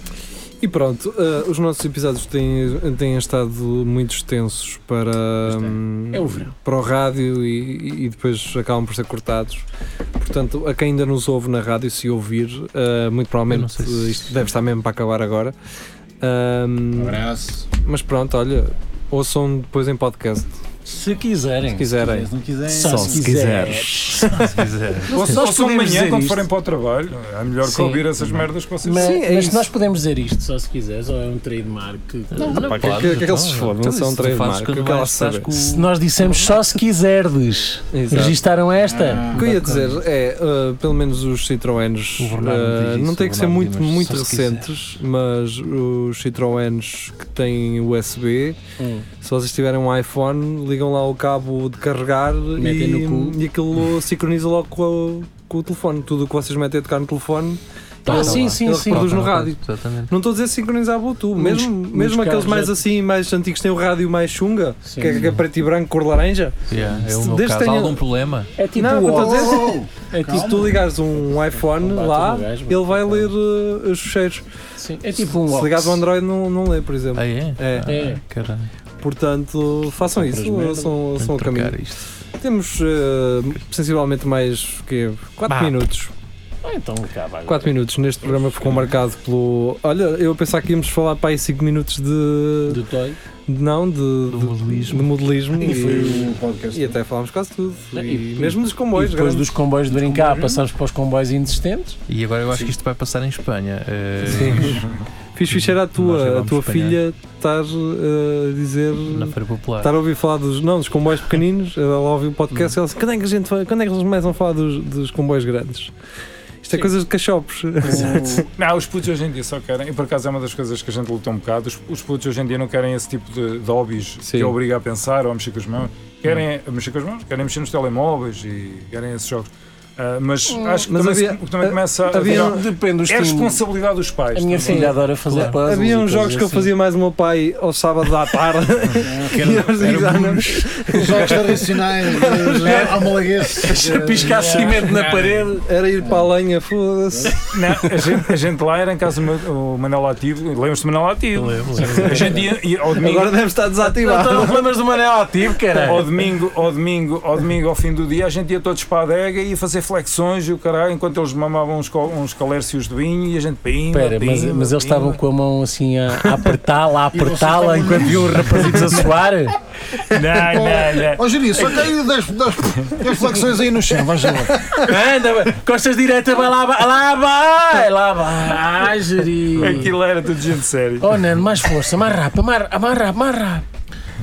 B: E pronto, eh, os nossos episódios têm, têm estado muito extensos para, hum,
C: É o verão.
B: para o rádio e, e depois acabam por ser cortados. Portanto, a quem ainda nos ouve na rádio, se ouvir, eh, muito
E: Eu não
B: provavelmente
E: sei se-
B: isto deve estar mesmo para acabar agora. Ahm,
G: Abraço.
B: mas pronto, olha, ouçam depois em podcast,
C: Se quiserem.
B: se quiserem.
G: Se não quiserem.
C: Só se quiseres.
D: Ou
C: Nós
D: só
C: podemos
D: amanhã,
C: dizer
D: quando
C: isto.
D: forem para o trabalho, é melhor que
C: Sim.
D: ouvir essas merdas que vocês
C: Mas,
B: Sim, é
C: mas
B: isso.
C: nós podemos dizer isto só se quiseres, ou é um trademark. Não, não,
E: Pá,
B: que-
E: claro,
B: que- é que eles
E: então,
B: se fodam,
E: então,
B: são
E: isso tu
B: três
E: fazes
B: marcas,
E: quando
B: o que elas
E: vais, estás
B: sabem.
E: com o-
C: Se nós dissemos só se quiserdes,
B: Exato. Ah.
C: registaram esta?
B: O que eu ia dizer é, uh, pelo menos os Citroëns,
E: O Bernardo
B: uh,
E: diz isso,
B: não têm
E: o
B: que ser
E: Bernardo
B: muito,
E: diz, mas
B: muito
E: só se quiser.
B: recentes, mas os Citroëns que têm USB,
C: Hum.
B: se vocês tiverem um iPhone, ligam lá o cabo de carregar
C: Metem
B: e,
C: no
B: e aquilo sincroniza logo com, o- com o telefone. Tudo o que vocês metem a tocar no telefone,
C: Ah,
B: ele-
C: sim, sim,
B: ele
C: sim.
B: reproduz no
E: Pronto,
B: rádio.
E: é? Exatamente.
B: Não estou a dizer sincronizar Bluetooth,
C: Muitos-
B: mesmo,
C: muitos
B: mesmo aqueles
C: carros
B: mais
C: já-
B: assim, mais antigos, têm o rádio mais chunga,
C: né? Sim.
B: que é, que é preto e branco, cor laranja.
E: Yeah, é
B: Se
E: o meu
B: desde
E: caso.
B: tenha-
E: algum problema?
C: É tipo
B: Não,
C: o
B: quanto a
C: Oz.
B: dizer-
C: É
B: E se
C: tipo,
B: tu ligares um iPhone
C: Combate
B: lá,
C: do gajo,
B: ele vai
C: mas-
B: ler uh, os cheiros.
C: sim, é tipo um
B: Se
C: Ox.
B: ligares o Android, não, não lê, por exemplo.
E: Ah, é?
B: É.
E: Ah,
C: É.
E: Caralho,
B: Portanto, façam
C: Compras
B: isso,
C: merda.
B: são,
E: tenho
B: são o
E: que
B: caminho.
E: trocar isto.
B: Temos uh, sensivelmente mais que 4
E: Bah.
B: minutos.
C: Ah, então acaba agora.
B: 4 minutos. Neste programa ficou marcado pelo. Olha, eu pensava que íamos falar para aí 5 minutos de.
C: Do Toy.
B: Não, de.
E: Do
B: de-
E: modelismo.
B: de modelismo.
G: E foi
B: E,
G: o podcast.
B: e até falámos quase tudo.
C: E-
B: E,
C: e-
B: mesmo dos
C: E
B: comboios,
C: depois
B: grandes.
C: dos comboios de brincar, passamos para os comboios insistentes.
E: E agora eu acho que isto vai passar em Espanha. eh,
B: Fiz ficheira a
E: Nós já
B: tua, a
E: vamos
B: tua
E: apanhar.
B: filha estar uh, a dizer.
E: na Feira Popular.
B: Estar a ouvir falar dos, não, dos comboios pequeninos, ela ouviu o podcast e ela disse: quando é que, a gente vai, quando é que eles mais vão falar dos, dos comboios grandes? Isto é coisas de cachopos.
D: Não, os putos hoje em dia só querem, e por acaso é uma das coisas que a gente luta um bocado, os, os putos hoje em dia não querem esse tipo de, de hobbies
B: Sim.
D: que obriga a pensar ou a mexer com as mãos. Querem a mexer com as mãos, querem mexer nos telemóveis e querem esses jogos. Ah, mas acho que
B: Mas
D: também, se-
B: havia-
D: que também
B: ah,
D: começa a.
B: havia-
D: Não,
C: Depende dos
D: é responsabilidade dos pais.
C: A minha
D: também.
C: filha adora fazer puzzles.
B: Havia
C: e
B: uns jogos
C: coisas
B: que eu
C: assim.
B: fazia mais o meu pai ao sábado à tarde. e eles diziam,
G: Os jogos tradicionais. eh, Ao malaguês.
C: Piscar cimento na parede.
B: era ir para a lenha, foda-se.
D: Não, a, gente, a gente lá era em casa o Manel Ativo, lembras-te do Manel Ativo? A gente ia, ia ao domingo
B: Agora deve estar
C: Então
B: desativado.
C: não te lembras do Manel Ativo,
D: Ao
C: caralho?
D: domingo, ao domingo, ao domingo, ao fim do dia, a gente ia todos para a adega e ia fazer flexões e o caralho, enquanto eles mamavam uns, cal- uns calércios de vinho e a gente pimba,
C: Espera, mas,
D: pimba,
C: mas eles
D: pimba.
C: estavam com a mão assim a a apertá-la, a
G: vocês
C: apertá-la,
G: estavam-
C: enquanto viam os rapazitos a suar.
D: Não, não,
G: Ó, Júlio, só caiu 10 flexões aí no chão. Vamos lá.
C: Anda, vai. costas direita, vai lá, vai, lá vai, lá vai,
D: não.
C: geri.
D: Aquilo era tudo gente séria.
C: Oh, Nando, mais força, mais rápido, mais rápido, mais rápido, mais rápido.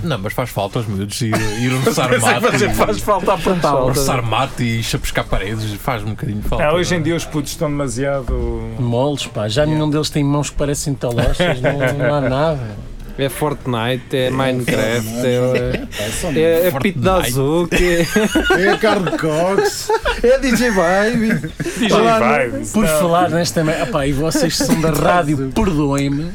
E: Não, mas faz falta aos miúdos ir, ir roçar mate. e-
C: Faz falta apertá-la.
E: Roçar mate e chapiscar paredes faz um bocadinho de falta.
D: Ah, hoje em
E: não é?
D: dia os putos estão demasiado.
C: Moles, pá, já nenhum deles tem mãos que parecem talochas, não, não há nada.
B: É Fortnite, é Minecraft, é, é, é Pit
E: Fortnite.
B: da Azuki,
G: É a Carne Cox.
B: é DJ Vibe.
D: DJ vibes.
C: Por
D: não.
C: falar nesta merda, pá, e vocês que são da rádio, perdoem-me.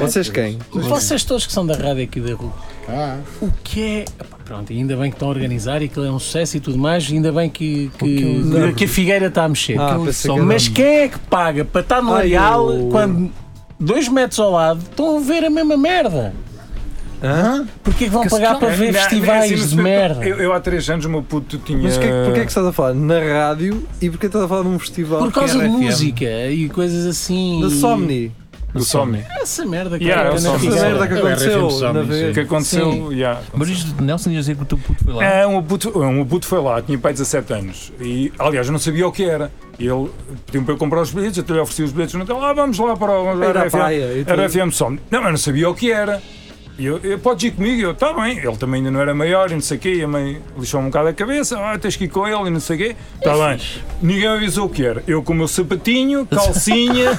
B: Vocês quem?
C: Vocês todos que são da rádio aqui da rua,
G: Ah,
C: o que é. Epá, Pronto, ainda bem que estão a organizar e que é um sucesso e tudo mais, ainda bem que, que,
E: lembro-
C: que a Figueira está a mexer.
B: Ah,
E: eu
B: pensei que
E: só me-
B: era-
D: um-
C: Mas quem é que paga para estar no
B: Ai,
C: areal
B: eu-
C: quando dois metros ao lado estão a ver a mesma merda?
B: Hã?
C: Porquê que vão pagar para ver
D: Não,
C: festivais
D: é assim,
C: de
D: mas
C: merda?
D: Eu, eu há três anos o meu puto tinha.
C: é
B: Mas porquê que, porquê que estás a falar? Na rádio e porquê estás a falar num festival? é
C: Por causa de
E: RFM.
C: música e coisas assim.
B: Da Somni.
D: Do Somni.
C: Essa merda que
D: Yeah,
C: era
D: é o
C: na
D: Somni.
B: Essa
C: Figueira.
B: merda que
G: É o RFM
B: aconteceu
G: Somni,
B: na
D: O
G: sim.
B: vez.
D: que aconteceu?
C: Sim.
D: yeah.
E: Mas isto, Nelson, ia dizer que o teu puto foi lá.
D: É, um puto, um puto foi lá, tinha pai de 17 anos. E, aliás, eu não sabia o que era. E ele pediu para eu comprar os bilhetes, eu até lhe ofereci os bilhetes no hotel. Ah, vamos lá para o vamos lá
B: Para ir à
D: RFM.
B: praia e tudo.
D: Era FM Somni. Não, eu não sabia o que era. E E eu, eu, podes ir comigo? E eu, tá bem. Ele também ainda não era maior e não sei o quê. E a mãe lixou-me um bocado a cabeça. Ah, tens que ir com ele e não sei o quê. Tá bem. Ninguém me avisou o que era. Eu com o meu sapatinho, calcinha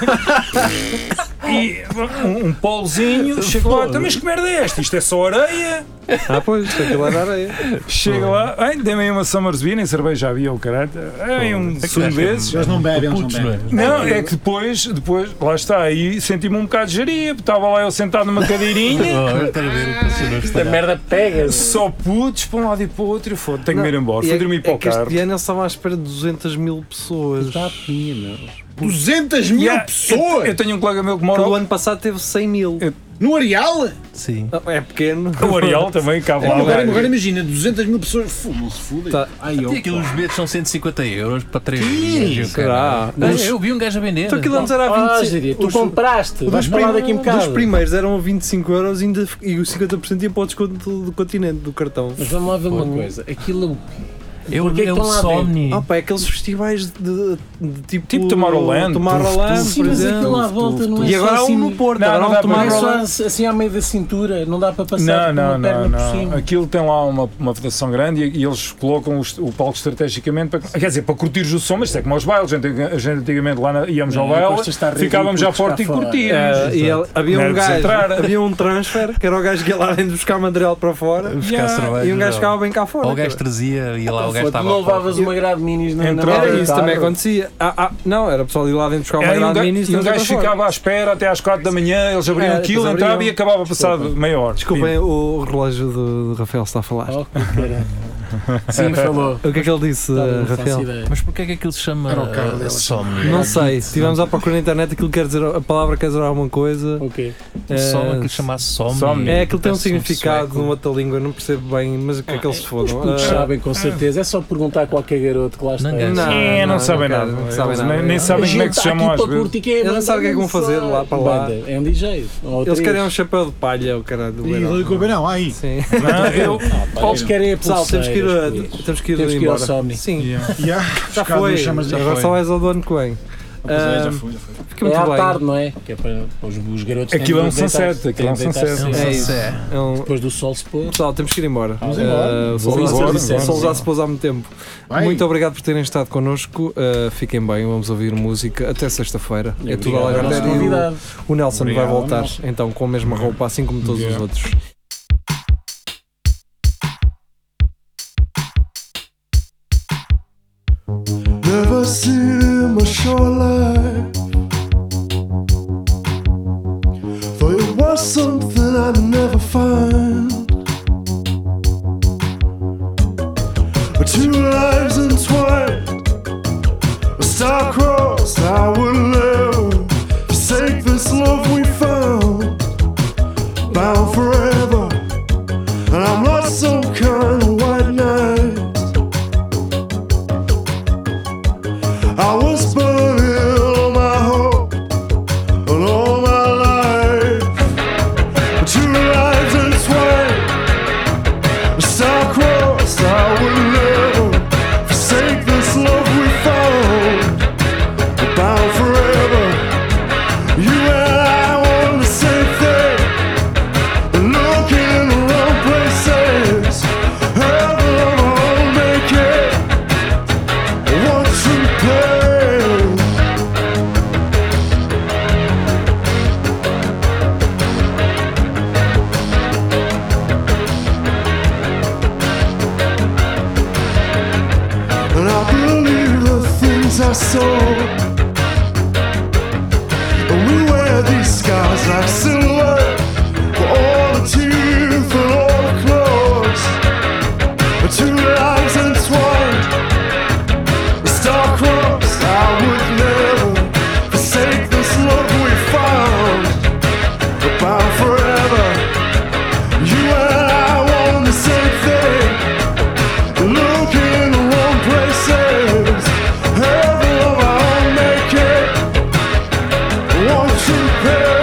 D: e um, um polozinho. Chego lá, então, mas que merda é esta? Isto é só areia?
B: Ah, pois, aquilo era areia.
D: Chego lá, ai, dei-me aí uma Summersby, nem cerveja já havia o caralho. Ai,
B: é
D: um sumo desses.
I: Eles não bebem, eles não
E: Putos, não é?
I: bebem.
D: Não, é que depois, depois, lá está, aí senti-me um bocado geria, estava lá eu sentado numa cadeirinha,
E: Oh, está a ver, funcionou
C: Esta merda pega.
D: só putos para um lado e para o outro, e foda tenho que me ir
B: Não,
D: embora.
B: e
D: Fui
B: é-
D: dormir
B: é
D: para o
B: que
D: carro.
B: Este ano eles estavam à espera de 200 mil pessoas.
C: Está a pinha, meu.
I: 200 é? mil
D: E há-
I: pessoas
D: Eu, eu tenho um colega meu que mora
B: é Que o
D: ao-
B: ano passado teve 100 mil.
D: Eu- Então,
I: no areal?
E: Sim.
B: Ah, É pequeno.
D: o Ariel também, cá
B: É um
D: lá.
I: agora,
D: vai.
I: agora imagina, 200 mil pessoas. Fu, não se fudem.
B: Tá.
I: Ai,
E: E
I: ó,
E: aquilo, os bilhetes são 150 euros para 3
B: será? Mas-
E: Eu vi um gajo a vender.
B: Então aquilo antes era a
C: Ah,
B: 25.
C: Jiria, tu
B: os-
C: compraste.
B: Dos,
C: Vais falar
B: prim-
C: daqui um
B: dos
C: bocado.
B: primeiros eram a 25 euros e ainda, e os 50% ia para o desconto do, do continente, do cartão.
C: Mas vamos lá ver uma coisa. Aquilo
E: Eu
C: Porquê que
E: eu
C: estão lá
E: somni.
B: Ah, pá, é aqueles festivais de, de tipo.
D: Tipo Tomorrowland.
B: Tomorrowland,
D: Sim,
B: por
C: mas aquilo
B: exemplo.
C: à volta não é
B: E
C: só
B: agora há um
C: assim-
B: no Porto,
D: Não,
B: agora
D: não
B: há um
D: dá para
C: não é só
B: Tomorrowland.
C: assim à meio da cintura, não dá para
D: Não,
C: passar
D: não,
C: com uma
D: não,
C: perna por
D: não.
C: cima.
D: Aquilo tem lá uma, uma fundação grande e, e eles colocam os- o, palco estrategicamente para. Quer dizer, para curtir o som, mas isto é como aos bailes. A gente, a gente antigamente lá na- íamos ao
C: Não,
D: baile,
C: gostas de estar ridículo,
D: ficávamos já
C: de estar
D: forte e
C: fora.
D: curtíamos.
B: Ah, e ele- havia
D: Não é
B: um
D: de
B: gajo,
D: centrar.
B: havia um transfer, que era o gajo que ia lá dentro buscar material para fora,
E: Buscar cerveja.
B: e um gajo ficava bem cá
E: Ou
B: fora.
E: o gajo
B: cara.
E: trazia e lá o gajo
C: Foda-se,
E: estava.
C: Então, não
E: à porta.
C: levavas uma grade minis na, na
D: Entrava
B: Era
C: mão do
B: isso
C: carro.
B: também acontecia. Ah, ah, não, era o pessoal ir lá dentro buscar uma
D: Era, e um
B: grade
D: gajo,
B: mini
D: e um gajo ficava à espera até às 4 da manhã, eles abriam
B: É,
D: aquilo,
B: depois
D: entrava
B: abriam. é
D: e acabava passado meia hora.
B: Desculpem, o relógio do do Rafael está a falar.
C: Oh, que caralho. Sim, falou.
B: O que é que ele disse,
C: Tá, não faço
B: Rafael?
C: ideia.
E: Mas porquê é que aquilo se chama
I: Era o carro
E: eh,
I: dele.
E: Somni?
B: Não sei, estivemos à procura na internet, aquilo quer dizer, a palavra quer dizer alguma coisa.
C: Ok.
B: É,
E: Somni, aquilo se chama Somni.
D: Somni.
B: É, aquilo tem um
E: Parece
B: significado
E: sueco.
B: numa outra língua, não percebo bem, mas o que é que eles se
C: Os
B: foram?
C: putos
B: Ah,
C: sabem com certeza. É só perguntar a qualquer garoto que lá está.
E: Não ganha.
B: não,
D: É, não sabem
B: cara,
D: nada.
B: não
D: Eles
B: sabem
D: nem-
B: nada.
D: nem sabem
C: A gente
D: como é que se
C: tá
D: chamam
C: aqui
D: às
C: para
D: vezes.
C: curtir, que é
B: Eles não sabem o que é que vão fazer
C: banda.
B: lá para lá.
C: Banda, É um DJ. ou
B: Eles
C: três.
B: querem um chapéu de palha, o cara do
I: E
B: verão.
I: do Coberão, aí.
B: Sim.
D: Não, eu-
C: Eles querem a
B: Pessoal, temos que ir, a-
C: pulseiras, coisas.
B: temos que ir
C: Temos que ir ao
B: embora.
C: Somni.
B: Sim,
D: é
I: Já,
B: já foi. Agora só vais ao do ano que vem.
I: Já
B: Ah,
I: foi, já foi.
B: Fica
C: É
B: muito
C: à
B: bem.
C: tarde, não é? Que é para, para os, os garotos. têm
D: Aquilo é
C: de
D: um
C: deitar-se,
D: sunset,
C: têm de
D: aquilo é um
C: deitar-se
D: sunset.
E: Não
C: cedo.
B: É
E: sei
B: isso.
E: se
B: É um-
C: Depois do sol se pôr.
B: Pessoal, temos que ir embora.
C: Vamos
I: embora.
B: Ah, o sol
D: Vamos embora,
B: já- o
D: vamos
B: sol já
D: embora.
B: se pôs há muito tempo.
I: Vai.
B: Muito obrigado por terem estado connosco. Uh, fiquem bem, vamos ouvir música. Até sexta-feira. É tudo a
C: Nosso
B: Lagardère e
C: convidado.
B: o, o Nelson
I: Obrigado,
B: vai voltar
I: Nelson.
B: então com a mesma roupa, assim como todos os
D: Yeah.
B: outros.
G: Never seen my shoreline. Though it was something I'd never find. Two lives entwined, star-crossed, I would live. Forsake this love we found, bound forever. And I'm not some kind of white knight. I was burning all my hope and all my life. Two lives and sway. Star-crossed, I would never forsake this love we found. Bound forever. You and I want the same thing. Looking in the wrong places. Heaven of our own making. What's in play? And I believe the things I saw. And we wear these scars like silhouette. For all the teeth and all the claws. Two lives entwined. Star-crossed, I would never forsake this love we found. Bound forever. You and I want the same thing. Looking in the wrong places. Heaven of our own making. Won't you pay?